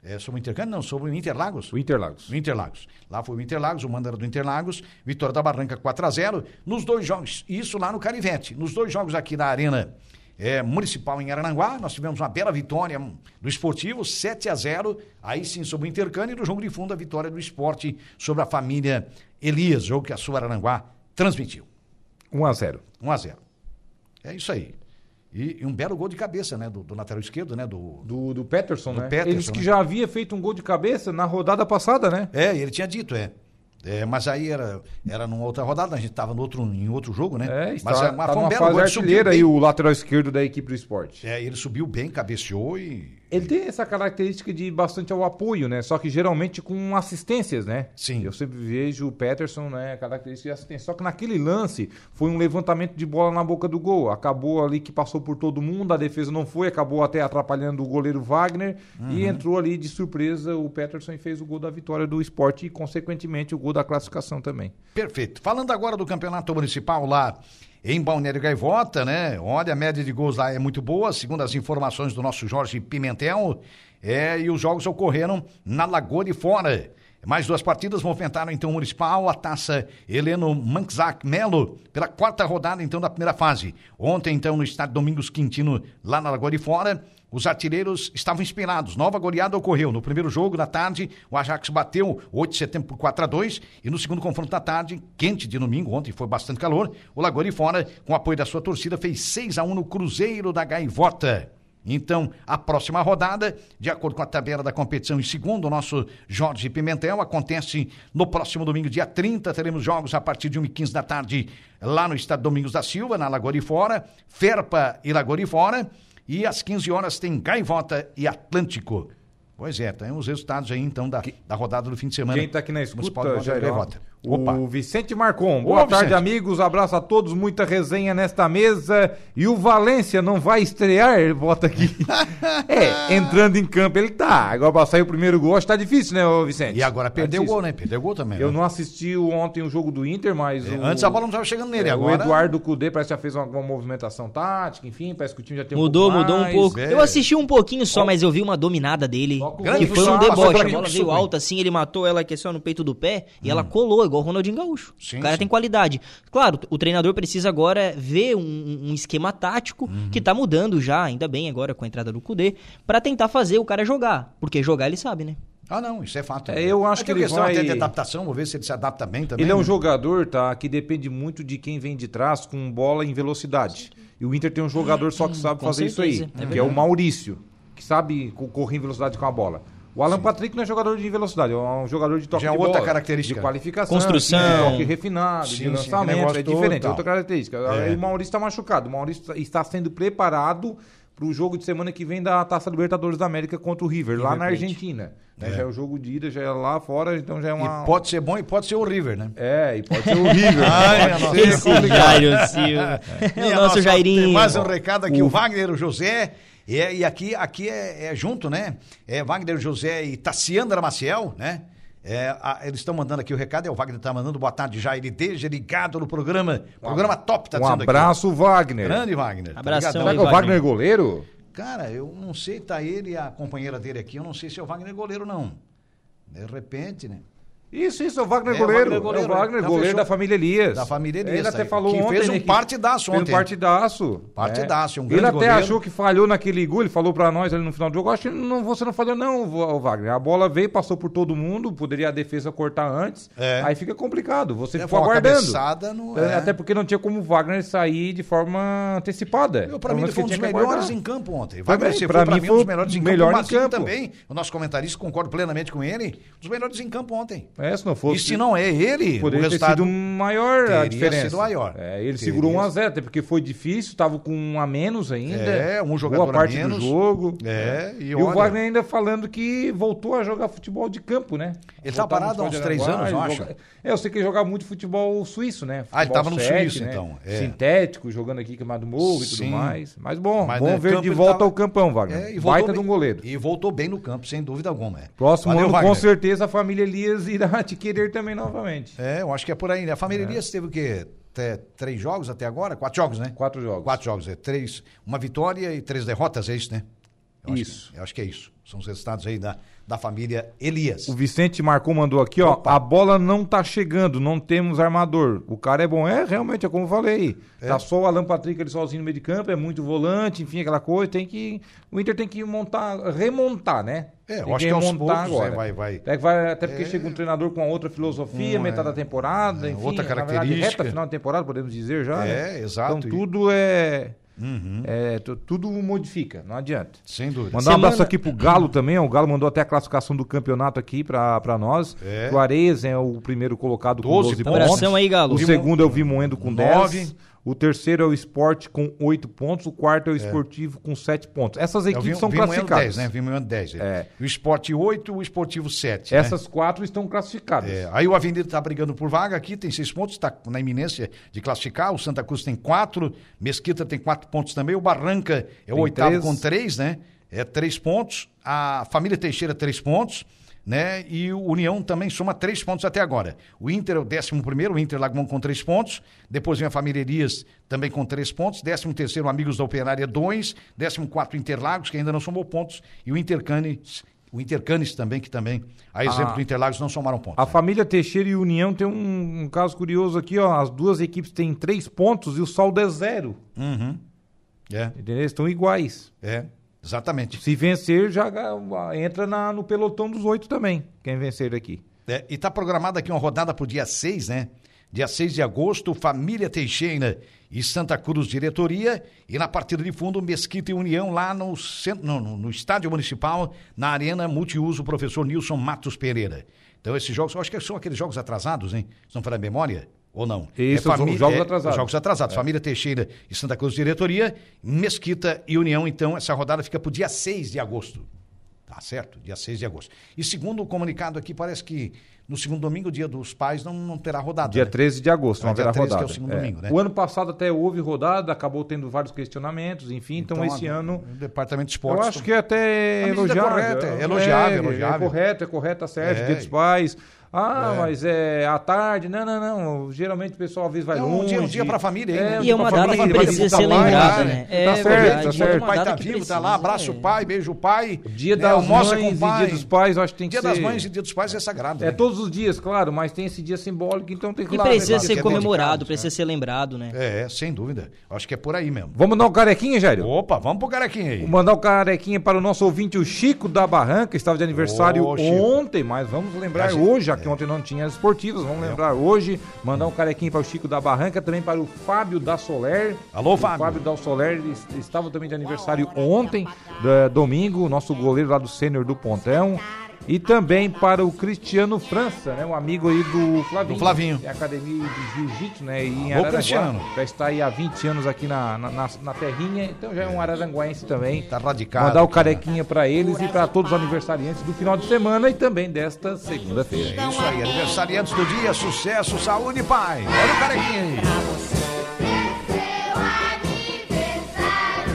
Speaker 1: É, sobre o Intercane, não, sobre o Interlagos.
Speaker 2: O Interlagos.
Speaker 1: Do Interlagos. Lá foi o Interlagos, o mando era do Interlagos, vitória da Barranca 4 a 0 nos dois jogos, isso lá no Carivete. Nos dois jogos aqui na Arena eh, Municipal em Arananguá. Nós tivemos uma bela vitória hum, do Esportivo, 7 a 0 aí sim sobre o Intercâmbio e no jogo de fundo a vitória do Esporte sobre a família Elias, jogo que a Sul Arananguá transmitiu.
Speaker 2: 1 a 0
Speaker 1: 1 a 0 É isso aí. E, e um belo gol de cabeça, né? Do, do lateral esquerdo, né? Do,
Speaker 2: Do, do Peterson, né?
Speaker 1: Peterson,
Speaker 2: Eles que
Speaker 1: né?
Speaker 2: já havia feito um gol de cabeça na rodada passada, né?
Speaker 1: É, ele tinha dito, é. É, mas aí era, era numa outra rodada, a gente estava no outro, em outro jogo, né?
Speaker 2: É, está,
Speaker 1: mas é,
Speaker 2: tá
Speaker 1: foi um
Speaker 2: numa
Speaker 1: belo
Speaker 2: fase
Speaker 1: gol, ele subiu
Speaker 2: artilheira
Speaker 1: bem.
Speaker 2: aí o lateral esquerdo da equipe do esporte.
Speaker 1: É, ele subiu bem, cabeceou e.
Speaker 2: Ele tem essa característica de ir bastante ao apoio, né? Só que geralmente com assistências, né?
Speaker 1: Sim.
Speaker 2: Eu sempre vejo o Peterson, né? Característica de assistência. Só que naquele lance foi um levantamento de bola na boca do gol. Acabou ali que passou por todo mundo, a defesa não foi, acabou até atrapalhando o goleiro Wagner. E entrou ali de surpresa o Peterson e fez o gol da vitória do esporte e, consequentemente, o gol da classificação também.
Speaker 1: Perfeito. Falando agora do campeonato municipal lá em Balneário Gaivota, né? Olha, a média de gols lá é muito boa, segundo as informações do nosso Jorge Pimentel. É, e os jogos ocorreram na Lagoa de Fora. Mais duas partidas movimentaram então o Municipal, a taça Heleno Manczak Melo, pela quarta rodada então da primeira fase. Ontem então no estádio Domingos Quintino, lá na Lagoa de Fora, os artilheiros estavam inspirados. Nova goleada ocorreu. No primeiro jogo, na tarde, o Ajax bateu 8 de setembro por 4 a 2 E no segundo confronto da tarde, quente de domingo, ontem foi bastante calor, o Lagoa de Fora, com o apoio da sua torcida, fez 6 a 1 no Cruzeiro da Gaivota. Então, a próxima rodada, de acordo com a tabela da competição e segundo o nosso Jorge Pimentel, acontece no próximo domingo, dia 30. Teremos jogos a partir de 1h15 da tarde lá no estado Domingos da Silva, na Lagoa de Fora, Ferpa e Lagoa de Fora. E às 15 horas tem Gaivota e Atlântico. Pois é, tem os resultados aí então da, da rodada do fim de semana.
Speaker 2: Quem tá aqui na
Speaker 1: Municipal de
Speaker 2: escuta,
Speaker 1: Balneário
Speaker 2: já
Speaker 1: Gaivota.
Speaker 2: O
Speaker 1: Opa.
Speaker 2: Vicente Marcon. Boa tarde,
Speaker 1: Vicente.
Speaker 2: amigos. Abraço a todos. Muita resenha nesta mesa. E o Valência não vai estrear? Ele bota
Speaker 1: [laughs]
Speaker 2: aqui. é, entrando em campo ele tá. Agora pra sair o primeiro gol, acho que tá difícil, né, ô Vicente?
Speaker 1: E agora perdeu o
Speaker 2: Antes-
Speaker 1: gol, né? Perdeu o gol também.
Speaker 2: Eu
Speaker 1: né? É,
Speaker 2: não assisti o- ontem o jogo do Inter, mas. o-
Speaker 1: Antes a bola não estava chegando nele,
Speaker 2: é,
Speaker 1: agora.
Speaker 2: O Eduardo Cudê parece que já fez alguma movimentação tática, enfim, parece que o time já tem
Speaker 3: Mudou,
Speaker 2: um pouco
Speaker 3: mudou um
Speaker 2: mais.
Speaker 3: pouco.
Speaker 1: é.
Speaker 3: Eu assisti um pouquinho só, mas eu vi uma dominada dele.
Speaker 2: Só com o
Speaker 3: Que
Speaker 2: Grande
Speaker 3: foi
Speaker 1: fuçar,
Speaker 3: um
Speaker 1: passou
Speaker 3: deboche.
Speaker 1: pra
Speaker 3: A
Speaker 1: mim,
Speaker 3: bola
Speaker 1: que
Speaker 3: veio
Speaker 1: subiu.
Speaker 3: alta assim, ele matou ela aqui só no peito do pé e
Speaker 4: Hum.
Speaker 3: ela colou, igual o Ronaldinho Gaúcho.
Speaker 1: Sim,
Speaker 3: o cara
Speaker 1: sim.
Speaker 3: tem qualidade. Claro, o treinador precisa agora ver um, um esquema tático
Speaker 4: Uhum.
Speaker 3: que tá mudando já, ainda bem agora com a entrada do Cudê, pra tentar fazer o cara jogar. Porque jogar ele sabe, né?
Speaker 1: Ah, não, isso é fato.
Speaker 2: É, eu acho
Speaker 1: Mas
Speaker 2: que
Speaker 1: tem
Speaker 2: ele
Speaker 1: questão
Speaker 2: vai-
Speaker 1: até de adaptação, vou ver se ele se adapta bem também.
Speaker 2: Ele é um
Speaker 1: né?
Speaker 2: jogador, tá? Que depende muito de quem vem de trás com bola em velocidade. E o Inter tem um jogador só que sabe
Speaker 3: com
Speaker 2: fazer isso
Speaker 3: certeza,
Speaker 2: aí,
Speaker 3: é
Speaker 2: que é o
Speaker 3: verdade.
Speaker 2: Maurício, que sabe co- correr em velocidade com a bola. O Alan Patrick não é jogador de velocidade, é um jogador de toque
Speaker 1: Já é
Speaker 2: de
Speaker 1: outra
Speaker 2: bola,
Speaker 1: característica.
Speaker 2: de qualificação,
Speaker 3: Construção.
Speaker 2: de toque refinado,
Speaker 1: Sim, sim,
Speaker 2: de
Speaker 1: aquele
Speaker 2: lançamento,
Speaker 1: negócio
Speaker 2: é
Speaker 1: todo e
Speaker 2: diferente, é
Speaker 1: tal.
Speaker 2: outra característica.
Speaker 1: É.
Speaker 2: E o Maurício está machucado, o Maurício tá- está sendo preparado para o jogo de semana que vem da Taça Libertadores da América contra o River, lá na Argentina. né? Já é o jogo de ida, já é lá fora, então já é uma...
Speaker 1: E pode ser bom e pode ser o River, né?
Speaker 2: É, e pode ser [laughs] horrível.
Speaker 1: Ai, minha nossa.
Speaker 2: pode ser complicado.
Speaker 1: [laughs]
Speaker 3: Jairo Silva.
Speaker 1: E
Speaker 3: É o
Speaker 1: a
Speaker 3: nosso
Speaker 1: nossa-
Speaker 3: Jairinho.
Speaker 1: Tem mais um recado aqui, o, Wagner, o José, e, é- e aqui, aqui é, é junto, né? É Wagner, José e Taciandra Maciel, né? É, a- eles estão mandando aqui o recado, é o Wagner está mandando boa tarde, Jair, desde ligado no programa, programa top, tá
Speaker 2: Um
Speaker 1: dizendo
Speaker 2: abraço,
Speaker 1: aqui.
Speaker 2: Wagner.
Speaker 1: Grande Wagner. tá
Speaker 3: Abração
Speaker 1: ligadão.
Speaker 2: Será
Speaker 3: aí,
Speaker 2: que é o
Speaker 3: Wagner.
Speaker 2: Wagner goleiro?
Speaker 1: Cara, eu não sei, tá ele e a companheira dele aqui, eu não sei se é o Wagner goleiro, não. De repente, né?
Speaker 2: Isso, isso, é o Wagner
Speaker 1: É, o
Speaker 2: goleiro.
Speaker 1: Wagner
Speaker 2: É o
Speaker 1: goleiro,
Speaker 2: Wagner
Speaker 1: então
Speaker 2: goleiro
Speaker 1: fechou.
Speaker 2: da família Elias.
Speaker 1: Da família Elias,
Speaker 2: Ele até
Speaker 1: aí,
Speaker 2: falou
Speaker 1: que
Speaker 2: ontem.
Speaker 1: fez um
Speaker 2: né, que
Speaker 1: partidaço
Speaker 2: fez
Speaker 1: ontem.
Speaker 2: um partidaço.
Speaker 1: Partidaço, um
Speaker 2: É.
Speaker 1: grande
Speaker 2: Ele até
Speaker 1: goleiro.
Speaker 2: achou que falhou naquele gol, ele falou pra nós ali no final do jogo, acho que não, você não falhou não, o Wagner. A bola veio, passou por todo mundo, poderia a defesa cortar antes.
Speaker 1: É.
Speaker 2: Aí fica complicado, você
Speaker 1: É,
Speaker 2: ficou
Speaker 1: foi uma
Speaker 2: aguardando.
Speaker 1: cabeçada no-
Speaker 2: É,
Speaker 1: é.
Speaker 2: Até porque não tinha como o Wagner sair de forma antecipada.
Speaker 1: Eu, pra mim, ele
Speaker 2: Pelo menos
Speaker 1: foi um
Speaker 2: que
Speaker 1: dos
Speaker 2: tinha que
Speaker 1: melhores
Speaker 2: aguardar.
Speaker 1: em campo ontem.
Speaker 2: Também,
Speaker 1: Wagner, você
Speaker 2: pra
Speaker 1: foi, pra
Speaker 2: mim,
Speaker 1: mim,
Speaker 2: foi
Speaker 1: um dos melhores em
Speaker 2: melhor
Speaker 1: campo.
Speaker 2: em
Speaker 1: O Mazinho
Speaker 2: campo.
Speaker 1: também, o nosso comentarista, concordo plenamente com ele. Um dos melhores em campo ontem.
Speaker 2: É, se não fosse.
Speaker 1: e se não é ele, o
Speaker 2: Poderia ter
Speaker 1: resultado...
Speaker 2: sido maior a
Speaker 1: teria
Speaker 2: diferença.
Speaker 1: sido maior.
Speaker 2: É,
Speaker 1: Teria
Speaker 2: ele segurou 1 a
Speaker 1: sido.
Speaker 2: 0 até porque foi difícil, tava com um a menos ainda.
Speaker 1: É, um jogador
Speaker 2: Boa
Speaker 1: a
Speaker 2: parte
Speaker 1: menos.
Speaker 2: do jogo.
Speaker 1: É, e
Speaker 2: E, o
Speaker 1: olha-
Speaker 2: Wagner ainda falando que voltou a jogar futebol de campo, né?
Speaker 1: Ele tá
Speaker 2: Voltar no
Speaker 1: parado há
Speaker 2: futebol
Speaker 1: uns
Speaker 2: de
Speaker 1: três
Speaker 2: Araguaia,
Speaker 1: anos, eu
Speaker 2: joga-
Speaker 1: acho.
Speaker 2: É, eu sei que ele jogava muito futebol suíço, né?
Speaker 1: Ah, ele
Speaker 2: Futebol
Speaker 1: tava no
Speaker 2: sete,
Speaker 1: suíço, então, é.
Speaker 2: Sintético, jogando aqui queimado morro e tudo
Speaker 1: Sim.
Speaker 2: mais. Mas bom,
Speaker 1: Mas,
Speaker 2: bom
Speaker 1: né,
Speaker 2: ver
Speaker 1: campo
Speaker 2: de
Speaker 1: ele
Speaker 2: volta
Speaker 1: tava-
Speaker 2: ao campão, Wagner.
Speaker 1: É, e voltou
Speaker 2: Baita de
Speaker 1: bem-
Speaker 2: um goleiro.
Speaker 1: E voltou bem no campo, sem dúvida alguma. é.
Speaker 2: Próximo
Speaker 1: Valeu,
Speaker 2: ano,
Speaker 1: Wagner.
Speaker 2: com certeza, a família Elias irá [laughs] te querer também novamente.
Speaker 1: É, eu acho que é por aí, né? A família Elias teve o quê? Até três jogos até agora? Quatro jogos, né?
Speaker 2: Quatro jogos.
Speaker 1: Quatro jogos, é três. Uma vitória e três derrotas, é isso, né? Eu acho
Speaker 2: Isso.
Speaker 1: que- eu acho que é isso. São os resultados aí da, da família Elias.
Speaker 2: O Vicente Marcon mandou aqui, ó. A bola não tá chegando, não temos armador. O cara é bom. É, realmente, é como eu falei. Tá só o Alan Patrick ali sozinho no meio de campo, é muito volante, enfim, aquela coisa. Tem que. O Inter tem que montar, remontar, né?
Speaker 1: É, eu
Speaker 2: Tem
Speaker 1: acho que aos poucos, né, vai- vai. É.
Speaker 2: Até, que vai- até porque chega um treinador com outra filosofia, metade da temporada, enfim.
Speaker 1: outra
Speaker 2: na verdade,
Speaker 1: característica.
Speaker 2: reta final da temporada, podemos dizer já.
Speaker 1: É,
Speaker 2: né?
Speaker 1: exato. Uhum.
Speaker 2: Então tudo é. é, tu- tudo modifica, não adianta.
Speaker 1: Sem dúvida.
Speaker 2: Mandar um
Speaker 3: Semana-
Speaker 2: abraço aqui pro Galo também. ó, O Galo mandou até a classificação do campeonato aqui pra, pra nós.
Speaker 1: É.
Speaker 2: O Areias é o primeiro colocado com
Speaker 1: 12
Speaker 2: 12 pontos.
Speaker 1: pontos.
Speaker 3: Abração aí, Galo.
Speaker 2: O segundo é o Vimoendo com
Speaker 1: Nove.
Speaker 2: 10. O terceiro é o Sport com 8 pontos. O quarto é o Esportivo com 7 pontos. Essas
Speaker 1: É, o
Speaker 2: equipes
Speaker 1: Vim-
Speaker 2: são
Speaker 1: Vimoedo
Speaker 2: classificadas.
Speaker 1: 10, né? Vimoedo 10. ele.
Speaker 2: É.
Speaker 1: O Esporte 8, o Esportivo 7. né?
Speaker 2: Essas quatro estão classificadas.
Speaker 1: É, aí o Avenida está brigando por vaga aqui, tem seis pontos, está na iminência de classificar. O Santa Cruz tem quatro, Mesquita tem quatro pontos também. O Barranca é o
Speaker 2: Tem
Speaker 1: oitavo
Speaker 2: três.
Speaker 1: com três, né? É três pontos. A família Teixeira, três pontos. Né? E o União também soma três pontos até agora. O Inter é o décimo primeiro, o Inter Lagmão com três pontos. Depois vem a Família Elias também com três pontos. Décimo terceiro, Amigos da Operária, dois. Décimo quarto, Interlagos, que ainda não somou pontos. E o Intercanes, o Intercanes também, que também, a exemplo do Interlagos, não somaram pontos.
Speaker 2: Ah. A família Teixeira e União tem um, um caso curioso aqui, ó. As duas equipes têm três pontos e o saldo é zero.
Speaker 1: É,
Speaker 2: Entendeu? Estão iguais.
Speaker 1: é, exatamente.
Speaker 2: Se vencer, já ga- entra na- no pelotão dos oito também. Quem vencer daqui.
Speaker 1: É, e está programada aqui uma rodada para o dia 6, né? Dia 6 de agosto, Família Teixeira e Santa Cruz Diretoria. E na partida de fundo, Mesquita e União, lá no, centro, no, no- no Estádio Municipal, na Arena Multiuso, professor Nilson Matos Pereira. Então, esses jogos, eu acho que são aqueles jogos atrasados, hein? Se não for a memória, ou não? É
Speaker 2: Isso, os
Speaker 1: fami-
Speaker 2: jogos
Speaker 1: os
Speaker 2: atrasados.
Speaker 1: Jogos
Speaker 2: É.
Speaker 1: atrasados. Família Teixeira e Santa Cruz Diretoria, Mesquita e União. Então, essa rodada fica para o dia 6 de agosto. Tá certo? Dia 6 de agosto. E segundo o comunicado aqui, parece que no segundo domingo, dia dos pais, não, não terá rodada.
Speaker 2: Dia
Speaker 1: né?
Speaker 2: 13 de agosto,
Speaker 1: É,
Speaker 2: não
Speaker 1: dia
Speaker 2: haverá
Speaker 1: 13 que é o
Speaker 2: rodada.
Speaker 1: segundo domingo, né?
Speaker 2: O ano passado até houve rodada, acabou tendo vários questionamentos, enfim. Então, esse
Speaker 1: a-
Speaker 2: ano.
Speaker 1: O Departamento de
Speaker 2: Eu
Speaker 1: Esportes.
Speaker 2: acho que é até
Speaker 1: A medida
Speaker 2: elogiável.
Speaker 1: correta, é elogiável,
Speaker 2: é,
Speaker 1: elogiável.
Speaker 2: É correto, é correto, tá certo.
Speaker 1: É.
Speaker 2: Dia dos pais. Ah, mas é à tarde. Não, não, não. Geralmente o pessoal às vezes vai
Speaker 1: É um
Speaker 2: longe.
Speaker 1: dia- um dia pra família, hein?
Speaker 3: E é uma
Speaker 2: pra
Speaker 3: data
Speaker 2: família,
Speaker 3: que
Speaker 2: vai
Speaker 3: precisa
Speaker 2: visitar
Speaker 3: ser
Speaker 2: o pai,
Speaker 3: lembrada, né?
Speaker 2: Tá
Speaker 3: É
Speaker 2: certo,
Speaker 3: verdade,
Speaker 2: tá
Speaker 3: é
Speaker 1: O
Speaker 2: certo.
Speaker 1: pai tá
Speaker 3: Data que
Speaker 1: vivo, tá
Speaker 3: precisa,
Speaker 1: lá, abraça
Speaker 3: é.
Speaker 1: o pai, beija o pai.
Speaker 2: Dia
Speaker 1: né,
Speaker 2: das
Speaker 1: almoça com o
Speaker 2: mães
Speaker 1: pai.
Speaker 2: e dia dos pais, eu acho que tem que
Speaker 1: Dia
Speaker 2: ser.
Speaker 1: das mães e dia dos pais é sagrado.
Speaker 2: É
Speaker 1: né?
Speaker 2: todos os dias, claro, mas tem esse dia simbólico, então tem que
Speaker 3: E
Speaker 2: lá,
Speaker 3: precisa
Speaker 2: né,
Speaker 1: claro,
Speaker 3: ser
Speaker 1: que é
Speaker 3: comemorado,
Speaker 1: dedicado,
Speaker 3: precisa ser lembrado, né?
Speaker 1: É, é, sem dúvida. Acho que é por aí mesmo.
Speaker 2: Vamos mandar o carequinha, Jairo?
Speaker 1: Opa, vamos pro carequinha aí.
Speaker 2: Vou mandar o carequinha para o nosso ouvinte, o Chico da Barranca, estava de aniversário
Speaker 1: Ô, Chico.
Speaker 2: ontem, mas vamos lembrar
Speaker 1: Mas, é.
Speaker 2: hoje, já que ontem não tinha as esportivas, vamos lembrar hoje, mandar um carequinha para o Chico da Barranca, também para o Fábio da Soler.
Speaker 1: Alô,
Speaker 2: O
Speaker 1: Fábio.
Speaker 2: Fábio da Soler es- estava também de aniversário ontem, da- domingo, nosso goleiro lá do Sênior do Pontão. E também para o Cristiano França, né? Um amigo aí do Flavinho.
Speaker 1: Do Flavinho.
Speaker 2: Tem academia de Jiu-Jitsu, né? E em
Speaker 1: Alô,
Speaker 2: Araranguá.
Speaker 1: Cristiano.
Speaker 2: Já está aí há 20 anos aqui na, na, na- na terrinha, então já é um araranguense também.
Speaker 1: Tá radicado
Speaker 2: Mandar o
Speaker 1: aqui, né?
Speaker 2: carequinha pra eles e pra todos os aniversariantes do final de semana e também desta segunda-feira.
Speaker 1: É isso aí, aniversariantes do dia, sucesso, saúde e paz. Olha o carequinha aí.
Speaker 6: Seu aniversário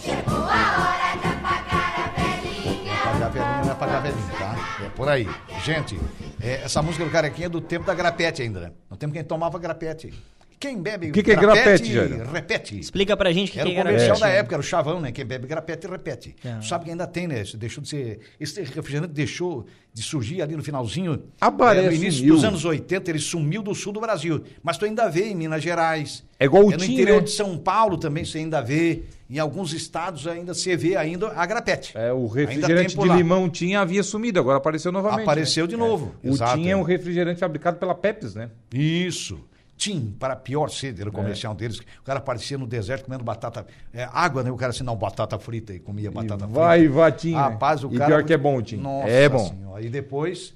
Speaker 6: chegou a hora de apagar a velhinha.
Speaker 1: Apagar a velhinha não é apagar a velhinha, tá? É por aí. Gente, é, essa música do Carequinha é do tempo da grapete ainda, né? No tempo que a gente tomava grapete. Quem bebe
Speaker 2: Que que é grapete, Jairo?
Speaker 1: repete.
Speaker 3: Explica pra gente o que,
Speaker 1: Era o
Speaker 3: que era
Speaker 1: comercial
Speaker 3: isso,
Speaker 1: da
Speaker 3: né?
Speaker 1: época, era o chavão, né? Quem bebe grapete, repete.
Speaker 3: É.
Speaker 1: Tu Sabe que ainda tem, né? Isso deixou de ser... Esse refrigerante deixou de surgir ali no finalzinho.
Speaker 2: Abaré
Speaker 1: é, no início
Speaker 2: sumiu.
Speaker 1: dos anos 80, ele sumiu do sul do Brasil. Mas tu ainda vê em Minas Gerais.
Speaker 2: É igual o
Speaker 1: no
Speaker 2: Tim,
Speaker 1: interior
Speaker 2: né?
Speaker 1: de São Paulo também você ainda vê. Em alguns estados ainda se vê ainda a grapete.
Speaker 2: É, o
Speaker 1: Ainda tem
Speaker 2: refrigerante
Speaker 1: por
Speaker 2: de
Speaker 1: lá.
Speaker 2: limão tinha havia sumido, agora apareceu novamente.
Speaker 1: Apareceu
Speaker 2: né?
Speaker 1: de novo.
Speaker 2: O tinha é um refrigerante fabricado pela Pepsi, né?
Speaker 1: Isso. Tim, para a pior sede,
Speaker 2: É.
Speaker 1: era o comercial deles. O cara aparecia no deserto comendo batata. é, água, né? O cara assim, não, batata frita e comia batata frita.
Speaker 2: vai, vai, Tim, né?
Speaker 1: Rapaz, o
Speaker 2: E
Speaker 1: cara.
Speaker 2: pior que é bom o Tim.
Speaker 1: Nossa
Speaker 2: É bom.
Speaker 1: Senhora. E depois.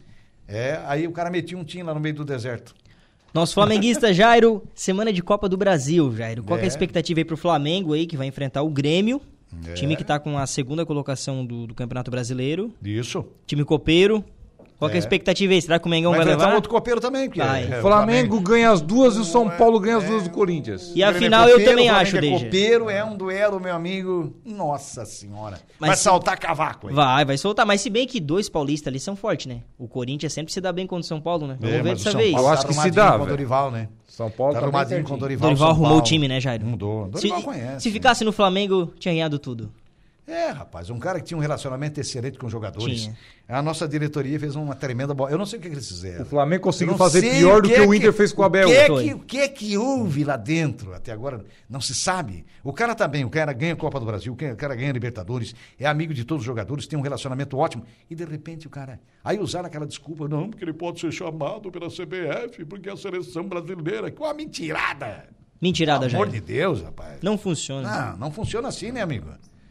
Speaker 1: É, aí o cara metia um Tim lá no meio do deserto.
Speaker 3: Nosso flamenguista Jairo, semana de Copa do Brasil, Jairo. Qual que é
Speaker 1: É.
Speaker 3: a expectativa aí pro Flamengo aí, que vai enfrentar o Grêmio?
Speaker 1: É.
Speaker 3: Time que tá com a segunda colocação do, do Campeonato Brasileiro.
Speaker 1: Isso.
Speaker 3: Time copeiro. Qual que é
Speaker 1: É.
Speaker 3: a expectativa aí? Será que o Mengão vai,
Speaker 1: Vai enfrentar
Speaker 3: levar?
Speaker 1: um outro copeiro também. porque
Speaker 3: Vai.
Speaker 1: é,
Speaker 2: O
Speaker 1: o é,
Speaker 2: Flamengo ganha as duas e o São Paulo ganha as duas do Corinthians.
Speaker 3: E
Speaker 1: O
Speaker 3: a
Speaker 1: Grêmio é
Speaker 3: final eu
Speaker 1: copeiro,
Speaker 3: também
Speaker 1: o Flamengo
Speaker 3: acho,
Speaker 1: é
Speaker 3: Deja.
Speaker 1: copeiro é um duelo, meu amigo. Nossa Senhora.
Speaker 3: Mas
Speaker 1: vai
Speaker 3: se-
Speaker 1: saltar cavaco aí.
Speaker 3: Vai, vai soltar. Mas se bem que dois paulistas ali são fortes, né? O Corinthians sempre se dá bem contra o São Paulo, né? Vamos
Speaker 1: É,
Speaker 3: ver
Speaker 1: mas o
Speaker 3: dessa
Speaker 1: São
Speaker 3: vez.
Speaker 1: Paulo
Speaker 2: Eu acho
Speaker 1: tá
Speaker 2: que se
Speaker 1: arrumadinho
Speaker 2: dá,
Speaker 1: com o
Speaker 2: velho.
Speaker 1: Dorival, né?
Speaker 2: São Paulo
Speaker 1: Tá
Speaker 2: tá bem
Speaker 1: arrumadinho com o
Speaker 2: certinho.
Speaker 1: Dorival.
Speaker 3: Dorival
Speaker 1: São
Speaker 3: arrumou
Speaker 1: Paulo.
Speaker 3: o time, né, Jairo?
Speaker 1: Mudou.
Speaker 3: Se,
Speaker 1: Dorival conhece.
Speaker 3: se
Speaker 1: né?
Speaker 3: ficasse no Flamengo, tinha ganhado tudo.
Speaker 1: É, rapaz, um cara que tinha um relacionamento excelente com os jogadores.
Speaker 3: Tinha.
Speaker 1: A nossa diretoria fez uma tremenda bola. Eu não sei o que, que eles fizeram.
Speaker 2: O Flamengo
Speaker 1: Eu
Speaker 2: conseguiu
Speaker 1: não
Speaker 2: fazer
Speaker 1: sei
Speaker 2: pior do que, o
Speaker 1: é
Speaker 2: Inter fez com o Abel.
Speaker 1: O que, é
Speaker 3: Foi.
Speaker 1: que, o que é que houve lá dentro até agora? Não se sabe. O cara tá bem, o cara ganha a Copa do Brasil, o cara- o cara ganha a Libertadores, é amigo de todos os jogadores, tem um relacionamento ótimo. E de repente o cara. Aí usaram aquela desculpa, não, porque ele pode ser chamado pela CBF, porque é a seleção brasileira. Que é uma mentirada!
Speaker 3: Mentirada,
Speaker 1: Pelo amor
Speaker 3: Jair.
Speaker 1: de Deus, rapaz.
Speaker 3: Não funciona.
Speaker 1: Não, não funciona assim, né, amigo?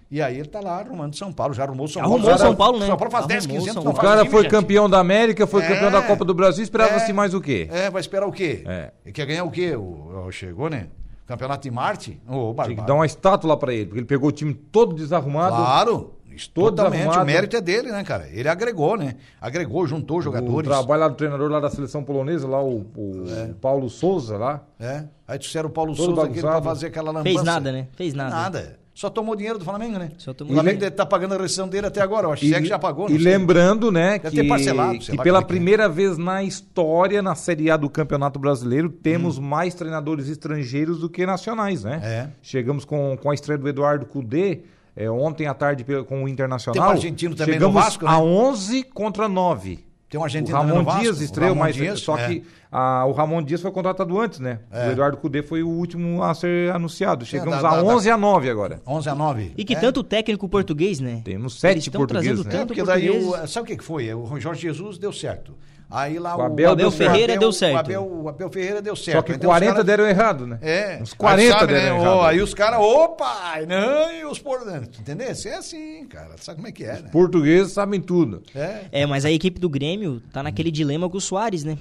Speaker 1: E aí ele tá lá arrumando São Paulo, já arrumou São
Speaker 3: Arrumou
Speaker 1: Paulo. já-
Speaker 3: São Paulo, né?
Speaker 1: São Paulo faz 10,
Speaker 3: Arrumou
Speaker 1: 15 anos.
Speaker 3: São
Speaker 1: que não
Speaker 2: O
Speaker 3: Paulo.
Speaker 1: faz
Speaker 2: cara
Speaker 1: time,
Speaker 2: foi
Speaker 1: gente.
Speaker 2: campeão da América, foi
Speaker 1: É.
Speaker 2: campeão da Copa do Brasil, esperava-se
Speaker 1: É.
Speaker 2: mais o quê?
Speaker 1: É, vai esperar o quê?
Speaker 2: É.
Speaker 1: E quer ganhar o quê? O, o- chegou, né? Campeonato de Marte? Ô, oh,
Speaker 2: Tinha que dar uma estátua lá pra ele, porque ele pegou o time todo desarrumado.
Speaker 1: Claro,
Speaker 2: Todo
Speaker 1: totalmente.
Speaker 2: arrumado.
Speaker 1: O mérito é dele, né, cara? Ele agregou, né? Agregou, juntou os
Speaker 2: O
Speaker 1: jogadores.
Speaker 2: trabalho lá do treinador lá da seleção polonesa, lá o, o Paulo Souza lá.
Speaker 1: É. Aí disseram o Paulo
Speaker 2: Todo
Speaker 1: Souza aqui pra
Speaker 2: bagunçado.
Speaker 1: fazer aquela lambança.
Speaker 3: Fez nada, né? Fez nada.
Speaker 1: Nada. Só tomou dinheiro do Flamengo, né?
Speaker 3: Só
Speaker 1: O
Speaker 3: tomou
Speaker 1: Flamengo deve
Speaker 3: dinheiro.
Speaker 1: tá pagando a rescisão dele até agora, eu acho. Se é que já pagou,
Speaker 2: E
Speaker 1: não sei.
Speaker 2: lembrando, né,
Speaker 1: Deve
Speaker 2: que,
Speaker 1: ter parcelado, sei
Speaker 2: que
Speaker 1: lá
Speaker 2: pela
Speaker 1: como é que é.
Speaker 2: primeira vez na história, na Série A do Campeonato Brasileiro, temos mais treinadores estrangeiros do que nacionais, né?
Speaker 1: Hum. É.
Speaker 2: Chegamos com, com a estreia do Eduardo Cudê, é, ontem à tarde pe- com o Internacional.
Speaker 1: Tem um argentino também no
Speaker 2: Chegamos
Speaker 1: Vasco, né?
Speaker 2: a 11 contra 9.
Speaker 1: Tem um
Speaker 2: O
Speaker 1: argentino também
Speaker 2: Ramon
Speaker 1: no Vasco,
Speaker 2: Dias
Speaker 1: o
Speaker 2: estreou,
Speaker 1: Ramon
Speaker 2: mas
Speaker 1: Dias,
Speaker 2: só
Speaker 1: é.
Speaker 2: que ah, o Ramon Dias foi contratado antes, né? O Eduardo Cudê foi o último a ser anunciado. Chegamos
Speaker 1: É, da-
Speaker 2: a
Speaker 1: da- da-
Speaker 2: 11 a 9 agora.
Speaker 1: 11 a 9.
Speaker 3: E que
Speaker 1: É.
Speaker 3: tanto técnico português, né?
Speaker 2: Temos
Speaker 3: Eles
Speaker 2: sete
Speaker 3: tão
Speaker 2: portugueses,
Speaker 3: trazendo
Speaker 2: né?
Speaker 1: É,
Speaker 3: tanto
Speaker 1: porque daí, o-
Speaker 3: português.
Speaker 1: sabe o que que foi? O Jorge Jesus deu certo. Aí lá
Speaker 2: O
Speaker 1: o,
Speaker 2: Abel deu
Speaker 3: Ferreira deu certo.
Speaker 1: O Abel, o Abel Ferreira deu certo.
Speaker 2: Só que
Speaker 1: Então os
Speaker 2: 40
Speaker 1: caras-
Speaker 2: deram errado, né?
Speaker 1: É.
Speaker 2: Uns 40
Speaker 1: aí sabe,
Speaker 2: deram
Speaker 1: né?
Speaker 2: errado.
Speaker 1: Ó, aí os caras, opa! Não, e os por... Entendeu? É assim, cara. Sabe como é que é, né?
Speaker 2: Portugueses sabem tudo.
Speaker 1: É.
Speaker 3: É, mas a equipe do Grêmio tá naquele dilema com o Soares, né?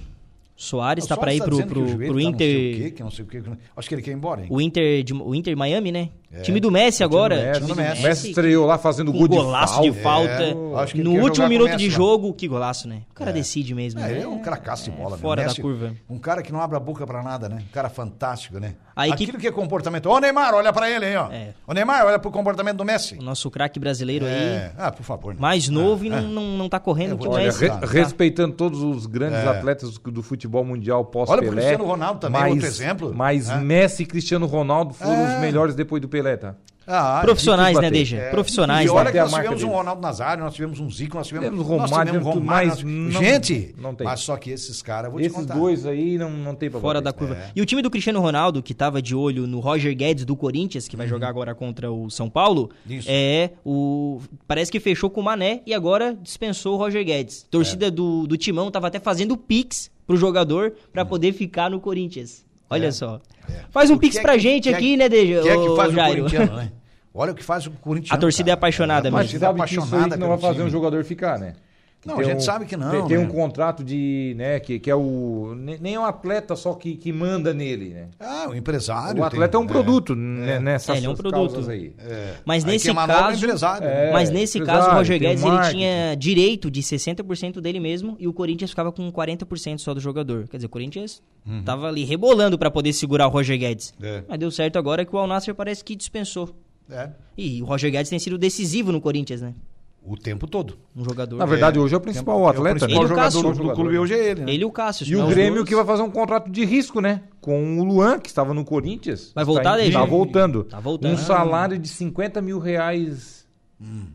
Speaker 3: O Soares tá
Speaker 1: Só
Speaker 3: pra ir
Speaker 1: tá
Speaker 3: pro,
Speaker 1: dizendo que o
Speaker 3: pro,
Speaker 1: joelho
Speaker 3: pro
Speaker 1: tá não sei o quê,
Speaker 3: Inter.
Speaker 1: que não sei o quê, que não- Acho que ele quer ir embora, hein?
Speaker 3: O Inter, de, o Inter Miami, né? Time do Messi agora.
Speaker 2: O Messi,
Speaker 3: time do
Speaker 1: É. Messi.
Speaker 2: Messi estreou lá fazendo gol
Speaker 3: com
Speaker 2: de
Speaker 3: golaço de falta.
Speaker 1: É, acho que ele
Speaker 3: no
Speaker 1: quer jogar
Speaker 3: último
Speaker 1: com
Speaker 3: minuto
Speaker 1: o
Speaker 3: de
Speaker 1: Messi lá.
Speaker 3: jogo, que golaço, né? O cara decide mesmo.
Speaker 1: É,
Speaker 3: né?
Speaker 1: ele é um cracaço de bola, né?
Speaker 3: Fora
Speaker 1: O
Speaker 3: da curva.
Speaker 1: Um cara que não abre a boca pra nada, né? Um cara fantástico, né?
Speaker 3: A equipe-
Speaker 1: Aquilo que é comportamento. Ô, Neymar, olha pra ele, hein, ó.
Speaker 3: É.
Speaker 1: Ô, Neymar, olha pro comportamento do Messi.
Speaker 3: O nosso craque brasileiro aí,
Speaker 1: É. Ah, por favor. né?
Speaker 3: mais novo e não, não, não tá correndo
Speaker 1: Eu
Speaker 3: que
Speaker 1: vou-
Speaker 3: o
Speaker 2: Olha,
Speaker 3: Messi.
Speaker 2: É, re-
Speaker 3: tá.
Speaker 2: respeitando todos os grandes atletas do futebol mundial pós-Pelé.
Speaker 1: É. Olha pro Cristiano Ronaldo também,
Speaker 2: mas,
Speaker 1: outro exemplo.
Speaker 2: Mas
Speaker 1: É.
Speaker 2: Messi e Cristiano Ronaldo foram
Speaker 1: É.
Speaker 2: os melhores depois do Pelé, tá?
Speaker 1: Ah,
Speaker 3: Profissionais,
Speaker 2: difícil
Speaker 3: né,
Speaker 2: bater.
Speaker 3: Deja?
Speaker 1: é.
Speaker 3: Profissionais.
Speaker 1: E
Speaker 3: né?
Speaker 1: olha que
Speaker 2: Até a
Speaker 1: nós
Speaker 2: marca
Speaker 1: tivemos um
Speaker 2: dele.
Speaker 1: Ronaldo Nazário, nós tivemos um Zico, nós tivemos,
Speaker 2: Tivemos
Speaker 1: nós
Speaker 2: Romário,
Speaker 1: tivemos
Speaker 2: tudo,
Speaker 1: Romário.
Speaker 2: mas
Speaker 1: nós-
Speaker 2: não-
Speaker 1: gente,
Speaker 2: não tem.
Speaker 1: mas só que esses caras, vou te
Speaker 2: Esses
Speaker 1: contar.
Speaker 2: dois aí não, não tem pra tá?
Speaker 3: Fora da
Speaker 2: bater.
Speaker 3: curva.
Speaker 1: é.
Speaker 3: E o time do Cristiano Ronaldo, que tava de olho no Roger Guedes do Corinthians, que vai jogar agora contra o São Paulo,
Speaker 1: Uhum. Isso.
Speaker 3: é o. Parece que fechou com o Mané e agora dispensou o Roger Guedes. Torcida
Speaker 1: É.
Speaker 3: do, do Timão tava até fazendo pix pro jogador pra poder ficar no Corinthians. Olha só. Faz um
Speaker 1: O que
Speaker 3: pix
Speaker 1: Uhum. é
Speaker 3: pra
Speaker 1: que-
Speaker 3: gente
Speaker 1: que é-
Speaker 3: aqui, né, Deja?
Speaker 1: Que é que
Speaker 3: Ô,
Speaker 1: faz o
Speaker 3: Jairo?
Speaker 1: corintiano, né? Olha o que faz o corintiano.
Speaker 3: A torcida é apaixonada
Speaker 1: A
Speaker 3: mesmo.
Speaker 2: Mas
Speaker 1: torcida é
Speaker 2: sabe que isso aí
Speaker 1: apaixonada
Speaker 2: que não vai
Speaker 1: pelo
Speaker 2: fazer um
Speaker 1: time.
Speaker 2: jogador ficar, né?
Speaker 1: Não,
Speaker 2: Tem
Speaker 1: a gente
Speaker 2: um-
Speaker 1: sabe que não,
Speaker 2: Tem, tem
Speaker 1: né?
Speaker 2: um contrato de, né, que, que é o... ne- Nem é o atleta só que, que manda nele, né?
Speaker 1: Ah, o empresário.
Speaker 2: o atleta
Speaker 1: tem-
Speaker 2: é um produto né, nessas
Speaker 3: É, ele é um
Speaker 2: causas
Speaker 3: produto.
Speaker 2: aí.
Speaker 3: Mas
Speaker 1: Aí
Speaker 3: nesse
Speaker 1: quem manobra é o
Speaker 3: caso.
Speaker 1: empresário, né?
Speaker 2: É,
Speaker 3: Mas nesse
Speaker 2: empresário,
Speaker 3: caso, o Roger
Speaker 2: tem um
Speaker 3: Guedes ele
Speaker 2: marketing.
Speaker 3: tinha direito de 60% dele mesmo e o Corinthians ficava com 40% só do jogador. Quer dizer, o Corinthians
Speaker 2: Uhum.
Speaker 3: tava ali rebolando pra poder segurar o Roger Guedes.
Speaker 1: É.
Speaker 3: Mas deu certo agora que o Alnasser parece que dispensou.
Speaker 1: É,
Speaker 3: E o Roger Guedes tem sido decisivo no Corinthians, né?
Speaker 1: o tempo todo.
Speaker 3: Um jogador.
Speaker 2: Na verdade, hoje é o principal
Speaker 1: O
Speaker 2: atleta,
Speaker 1: principal
Speaker 3: Ele e o
Speaker 2: né?
Speaker 1: jogador
Speaker 3: Cássio.
Speaker 1: do- do clube hoje é ele, né?
Speaker 3: Ele e o Cássio.
Speaker 2: E
Speaker 3: né,
Speaker 2: o
Speaker 3: os
Speaker 2: Grêmio
Speaker 3: dois.
Speaker 2: que vai fazer um contrato de risco, né? Com o Luan, que estava no Corinthians.
Speaker 3: Vai voltar,
Speaker 2: está, em-
Speaker 3: Deji?
Speaker 2: tá voltando.
Speaker 3: Tá voltando.
Speaker 2: Um salário de 50 mil reais
Speaker 1: Hum.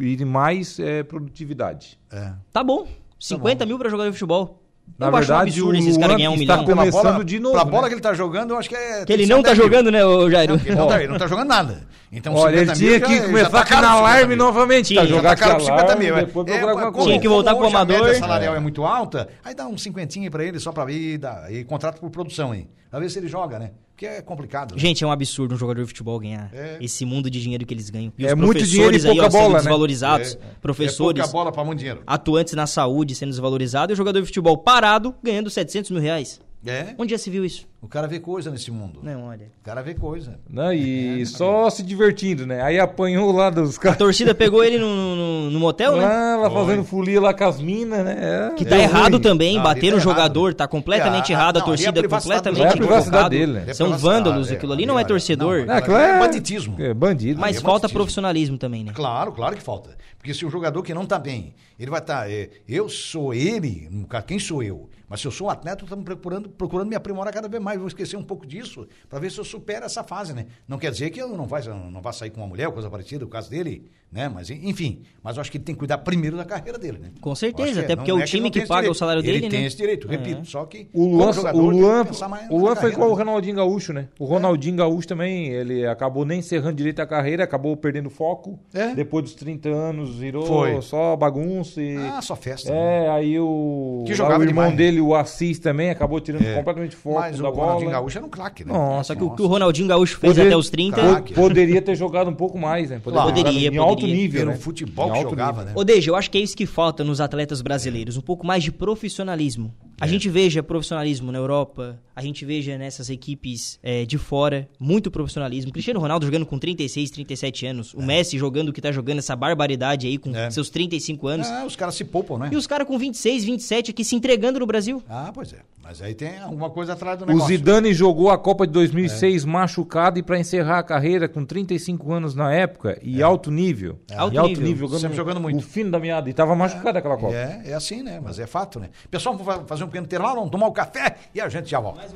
Speaker 2: e mais eh, produtividade.
Speaker 1: É.
Speaker 3: Tá bom. 50 mil pra jogar de futebol. Eu
Speaker 2: Na
Speaker 3: acho um
Speaker 2: verdade,
Speaker 3: absurdo
Speaker 2: o
Speaker 3: esses caras
Speaker 2: Luan
Speaker 3: ganhar um
Speaker 2: está
Speaker 3: milhão.
Speaker 2: com-
Speaker 1: Pela
Speaker 2: Começando
Speaker 1: bola,
Speaker 2: de novo,
Speaker 1: Pra bola
Speaker 2: né?
Speaker 1: que ele tá jogando, eu acho que é.
Speaker 3: Que ele não tá jogando, né, ô Jairo?
Speaker 1: Ele não, tá, ele não tá jogando nada. Então,
Speaker 2: Olha,
Speaker 1: 50
Speaker 2: ele tinha
Speaker 1: mil
Speaker 2: que
Speaker 1: já- já
Speaker 2: começar
Speaker 1: tá
Speaker 2: aqui
Speaker 1: caro
Speaker 2: na
Speaker 1: os 50
Speaker 2: alarme
Speaker 1: mil.
Speaker 2: novamente.
Speaker 3: Tinha,
Speaker 2: Tá
Speaker 3: já
Speaker 1: Já tá
Speaker 2: jogar
Speaker 1: caro
Speaker 2: com
Speaker 1: com 50 mil. é.
Speaker 2: Depois
Speaker 1: É,
Speaker 2: procurar alguma
Speaker 1: como-
Speaker 3: Tinha
Speaker 2: coisa.
Speaker 3: que voltar
Speaker 1: como
Speaker 3: pro
Speaker 1: hoje a
Speaker 3: amador.
Speaker 1: média salarial é muito alta, aí dá uns cinquentinho pra ele só pra ir dá- e contrato por produção, hein? Pra ver se ele joga, né? Porque é complicado. né?
Speaker 3: Gente, é um absurdo um jogador de futebol ganhar
Speaker 1: É.
Speaker 3: esse mundo de dinheiro que eles ganham. E
Speaker 2: É muito dinheiro e
Speaker 3: professores aí,
Speaker 2: pouca
Speaker 3: ó, sendo
Speaker 2: bola, né?
Speaker 3: desvalorizados,
Speaker 1: É- É
Speaker 3: professores, Ah.
Speaker 1: pouca bola pra muito dinheiro.
Speaker 3: atuantes na saúde sendo desvalorizados, e o jogador de futebol parado ganhando 700 mil reais.
Speaker 1: É.
Speaker 3: Onde já se viu isso?
Speaker 1: O cara vê coisa nesse mundo.
Speaker 3: Não, olha.
Speaker 1: O cara vê coisa.
Speaker 2: Não, Né, e só se divertindo, né? Aí apanhou lá dos
Speaker 3: A
Speaker 2: caras.
Speaker 3: torcida pegou ele no, no- no motel, né?
Speaker 2: Lá, lá fazendo folia lá com as minas, né? Ah, É,
Speaker 3: Que tá
Speaker 2: deu
Speaker 3: errado
Speaker 2: ruim.
Speaker 3: também,
Speaker 1: Não,
Speaker 3: bater
Speaker 1: ali tá
Speaker 3: no
Speaker 1: errado.
Speaker 3: jogador, tá completamente
Speaker 1: É, a-
Speaker 3: errado, a
Speaker 1: não, ali é a
Speaker 3: torcida é
Speaker 1: privacidade do
Speaker 3: completamente
Speaker 1: jogador.
Speaker 2: É a privacidade
Speaker 3: equivocada.
Speaker 2: dele, né?
Speaker 3: São
Speaker 1: É
Speaker 3: vândalos,
Speaker 1: privacidade,
Speaker 3: aquilo
Speaker 1: é,
Speaker 3: ali não é
Speaker 1: olha,
Speaker 3: torcedor.
Speaker 1: não,
Speaker 2: É, claro,
Speaker 1: É
Speaker 2: é
Speaker 1: banditismo.
Speaker 2: É, bandido.
Speaker 3: Mas
Speaker 1: é
Speaker 3: falta
Speaker 1: banditismo.
Speaker 3: profissionalismo também, né?
Speaker 1: Claro, claro que falta. Porque se o jogador que não tá bem, ele vai tá, é, estar. eu sou ele, no caso, quem sou eu? Mas se eu sou um atleta, eu estou procurando, procurando me aprimorar cada vez mais, vou esquecer um pouco disso, para ver se eu supero essa fase, né? Não quer dizer que eu não vá, não vá sair com uma mulher, ou coisa parecida, o caso dele, né? Mas, enfim, mas eu acho que ele tem que cuidar primeiro da carreira dele, né?
Speaker 3: Com
Speaker 1: Eu acho
Speaker 3: certeza,
Speaker 1: que
Speaker 3: até
Speaker 1: é.
Speaker 3: porque
Speaker 1: Não
Speaker 3: é o
Speaker 1: ele
Speaker 3: time
Speaker 1: não
Speaker 3: que
Speaker 1: tem
Speaker 3: paga
Speaker 1: esse
Speaker 3: o salário
Speaker 1: direito.
Speaker 3: dele,
Speaker 1: Ele
Speaker 3: né?
Speaker 1: tem esse direito,
Speaker 3: É.
Speaker 1: repito, só que
Speaker 2: O Luan,
Speaker 1: como jogador,
Speaker 2: o
Speaker 1: tem que
Speaker 2: Luan,
Speaker 1: pensar mais
Speaker 2: o
Speaker 1: na
Speaker 2: Luan foi
Speaker 1: carreira,
Speaker 2: igual o
Speaker 1: né?
Speaker 2: Ronaldinho Gaúcho, né? O Ronaldinho Gaúcho também, ele acabou nem encerrando direito a carreira, acabou perdendo foco.
Speaker 1: É.
Speaker 2: Depois dos 30 anos, virou
Speaker 1: Foi.
Speaker 2: só bagunça e...
Speaker 1: Ah, só festa. né?
Speaker 2: É, aí o,
Speaker 1: Que
Speaker 2: lá
Speaker 1: jogava
Speaker 2: o irmão
Speaker 1: demais. né?
Speaker 2: dele, o Assis, também acabou tirando
Speaker 1: É.
Speaker 2: completamente o foco
Speaker 1: Mas
Speaker 2: da
Speaker 1: o
Speaker 2: bola.
Speaker 1: Ronaldinho Gaúcho era um claque, né?
Speaker 2: Nossa,
Speaker 3: Só que o que o Ronaldinho Gaúcho fez
Speaker 2: Poderia-
Speaker 3: até os 30.
Speaker 1: Caraca.
Speaker 2: Po- Poderia ter jogado um pouco mais, né?
Speaker 1: Claro.
Speaker 2: ter jogado
Speaker 3: Poderia,
Speaker 2: em alto
Speaker 3: poderia.
Speaker 2: nível,
Speaker 1: Era
Speaker 2: né?
Speaker 1: um
Speaker 2: Em
Speaker 1: futebol que
Speaker 2: alto
Speaker 1: jogava,
Speaker 2: nível.
Speaker 1: né?
Speaker 3: Ô, Deja, eu acho que é isso que falta nos atletas brasileiros, um pouco mais de profissionalismo. A
Speaker 1: É.
Speaker 3: gente veja profissionalismo na Europa, a gente veja nessas equipes eh, de fora, muito profissionalismo. Cristiano Ronaldo jogando com 36, 37 anos, o Messi jogando o que tá jogando, essa barbaridade aí com
Speaker 1: É.
Speaker 3: seus 35 anos.
Speaker 1: Ah, os caras se poupam, né?
Speaker 3: E os caras com 26, 27 aqui se entregando no Brasil.
Speaker 1: Ah, pois é. Mas aí tem alguma coisa atrás do
Speaker 2: O
Speaker 1: um negócio. É.
Speaker 2: Zidane jogou a Copa de 2006 machucado e para encerrar a carreira com 35 anos na época e alto nível.
Speaker 3: Alto
Speaker 2: E alto nível,
Speaker 3: nível.
Speaker 2: jogando,
Speaker 1: É. Sempre jogando muito.
Speaker 2: O fim da meada. E tava machucado aquela Copa.
Speaker 1: É, é assim, né? Mas é fato, né? Pessoal, vamos fa- fazer um pequeno intervalo, vamos tomar um café e a gente já volta.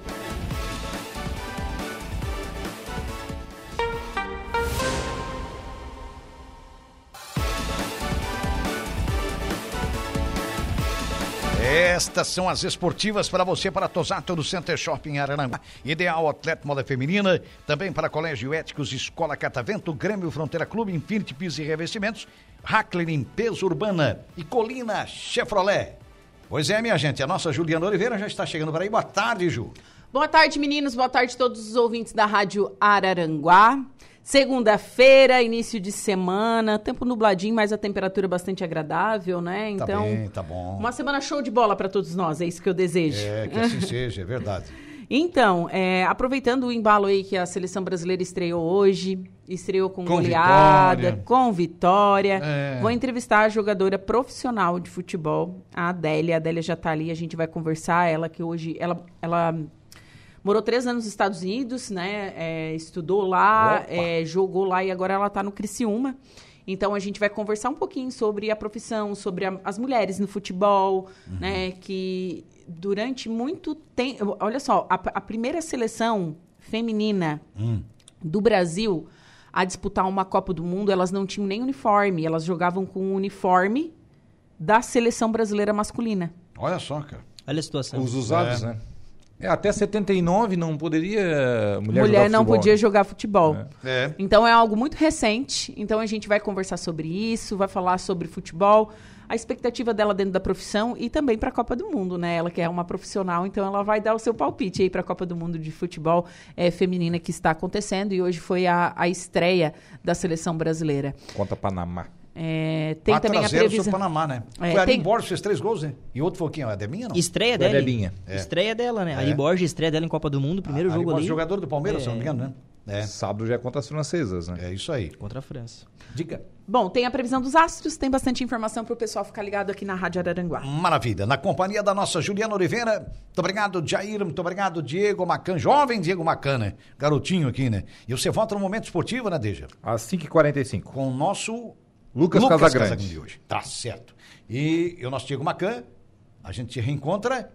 Speaker 1: Estas são as esportivas para você, para Tosato do Center Shopping Araranguá. Ideal Atleta Moda Feminina, também para Colégio Éticos, Escola Catavento, Grêmio Fronteira Clube, Infinity Piso e Revestimentos, Hackley Limpeza Urbana e Colina Chevrolet. Pois é, minha gente, a nossa Juliana Oliveira já está chegando para aí. Boa tarde, Ju.
Speaker 7: Boa tarde, meninos. Boa tarde a todos os ouvintes da Rádio Araranguá. Segunda-feira, início de semana, tempo nubladinho, mas a temperatura bastante agradável, né?
Speaker 1: Tá
Speaker 7: Então,
Speaker 1: bem, tá bom.
Speaker 7: uma semana show de bola para todos nós, é isso que eu desejo. [laughs]
Speaker 1: É, que assim seja, é verdade.
Speaker 7: Então, é, aproveitando o embalo aí que a seleção brasileira estreou hoje, estreou com,
Speaker 1: Com
Speaker 7: goleada,
Speaker 1: vitória.
Speaker 7: com vitória.
Speaker 1: É.
Speaker 7: Vou entrevistar a jogadora profissional de futebol, a Adélia. A Adélia já tá ali, a gente vai conversar. Ela que hoje. Ela, ela morou três anos nos Estados Unidos, né? É, estudou lá,
Speaker 1: Opa.
Speaker 7: é, jogou lá e agora ela tá no Criciúma. Então a gente vai conversar um pouquinho sobre a profissão, sobre a- as mulheres no futebol,
Speaker 1: Uhum.
Speaker 7: né? Que durante muito tempo. Olha só, a, a primeira seleção feminina do Brasil a disputar uma Copa do Mundo, elas não tinham nem uniforme, elas jogavam com o uniforme da seleção brasileira masculina.
Speaker 1: Olha só, cara.
Speaker 3: Olha a situação.
Speaker 2: Os usados, né? É, até 79 não poderia mulher,
Speaker 7: Mulher,
Speaker 2: jogar
Speaker 7: não
Speaker 2: futebol,
Speaker 7: podia
Speaker 2: né?
Speaker 7: jogar futebol.
Speaker 1: É.
Speaker 7: Então é algo muito recente. Então a gente vai conversar sobre isso, vai falar sobre futebol, a expectativa dela dentro da profissão e também para a Copa do Mundo, né? Ela que é uma profissional, então ela vai dar o seu palpite aí para a Copa do Mundo de futebol eh, feminina que está acontecendo e hoje foi a, a estreia da seleção brasileira.
Speaker 2: Contra Panamá.
Speaker 7: É, tem também a
Speaker 1: 0
Speaker 7: previsão.
Speaker 1: sobre o Panamá, né?
Speaker 7: É,
Speaker 1: o Ari
Speaker 7: tem-
Speaker 1: Borges fez três gols, né? E outro foi quem? É Deminha, não?
Speaker 3: Estreia
Speaker 2: Da
Speaker 3: dela.
Speaker 2: Debinha.
Speaker 1: É. Ah,
Speaker 3: Estreia dela, né? Ali Borges, estreia dela em Copa do Mundo, primeiro
Speaker 1: Ari
Speaker 3: jogo
Speaker 1: Borges,
Speaker 3: ali.
Speaker 1: jogador do Palmeiras, se não me engano, né?
Speaker 2: Sábado já é contra as francesas, né?
Speaker 1: É, é isso aí.
Speaker 3: Contra a França.
Speaker 1: Diga.
Speaker 7: Bom, tem a previsão dos astros, tem bastante informação para o pessoal ficar ligado aqui na Rádio Araranguá.
Speaker 1: Maravilha. Na companhia da nossa Juliana Oliveira. Muito obrigado, Jair. Muito obrigado, Diego Macan. Jovem Diego Macan, né? Garotinho aqui, né? E você volta no momento esportivo, né, Deja?
Speaker 2: Às 5h45.
Speaker 1: Com o nosso
Speaker 2: Lucas Casagrande.
Speaker 1: de hoje. Tá certo. E, e o nosso Diego Macan, a gente se reencontra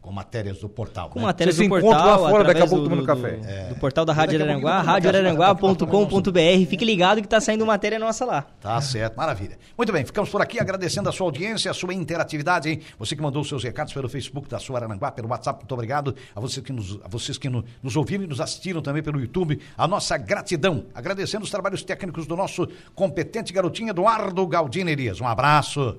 Speaker 1: com matérias do portal.
Speaker 3: Com
Speaker 1: né?
Speaker 3: matérias
Speaker 2: Vocês
Speaker 3: do
Speaker 2: encontram
Speaker 3: portal,
Speaker 2: lá fora, daqui a
Speaker 3: através
Speaker 2: pouco
Speaker 3: do,
Speaker 2: tomando
Speaker 3: do-
Speaker 2: café.
Speaker 3: do portal da Rádio
Speaker 1: Daqui a pouquinho
Speaker 3: Araranguá,
Speaker 1: tomando café, né?
Speaker 3: radioararanguá.com.br. Fique ligado que tá saindo matéria nossa lá.
Speaker 1: Tá certo, maravilha. Muito bem, ficamos por aqui agradecendo a sua audiência, a sua interatividade, hein? Você que mandou os seus recados pelo Facebook da sua Arananguá, pelo WhatsApp, muito obrigado. A vocês que, nos, a vocês que no- nos ouviram e nos assistiram também pelo YouTube, a nossa gratidão. Agradecendo os trabalhos técnicos do nosso competente garotinho Eduardo Galdino Elias. Um abraço.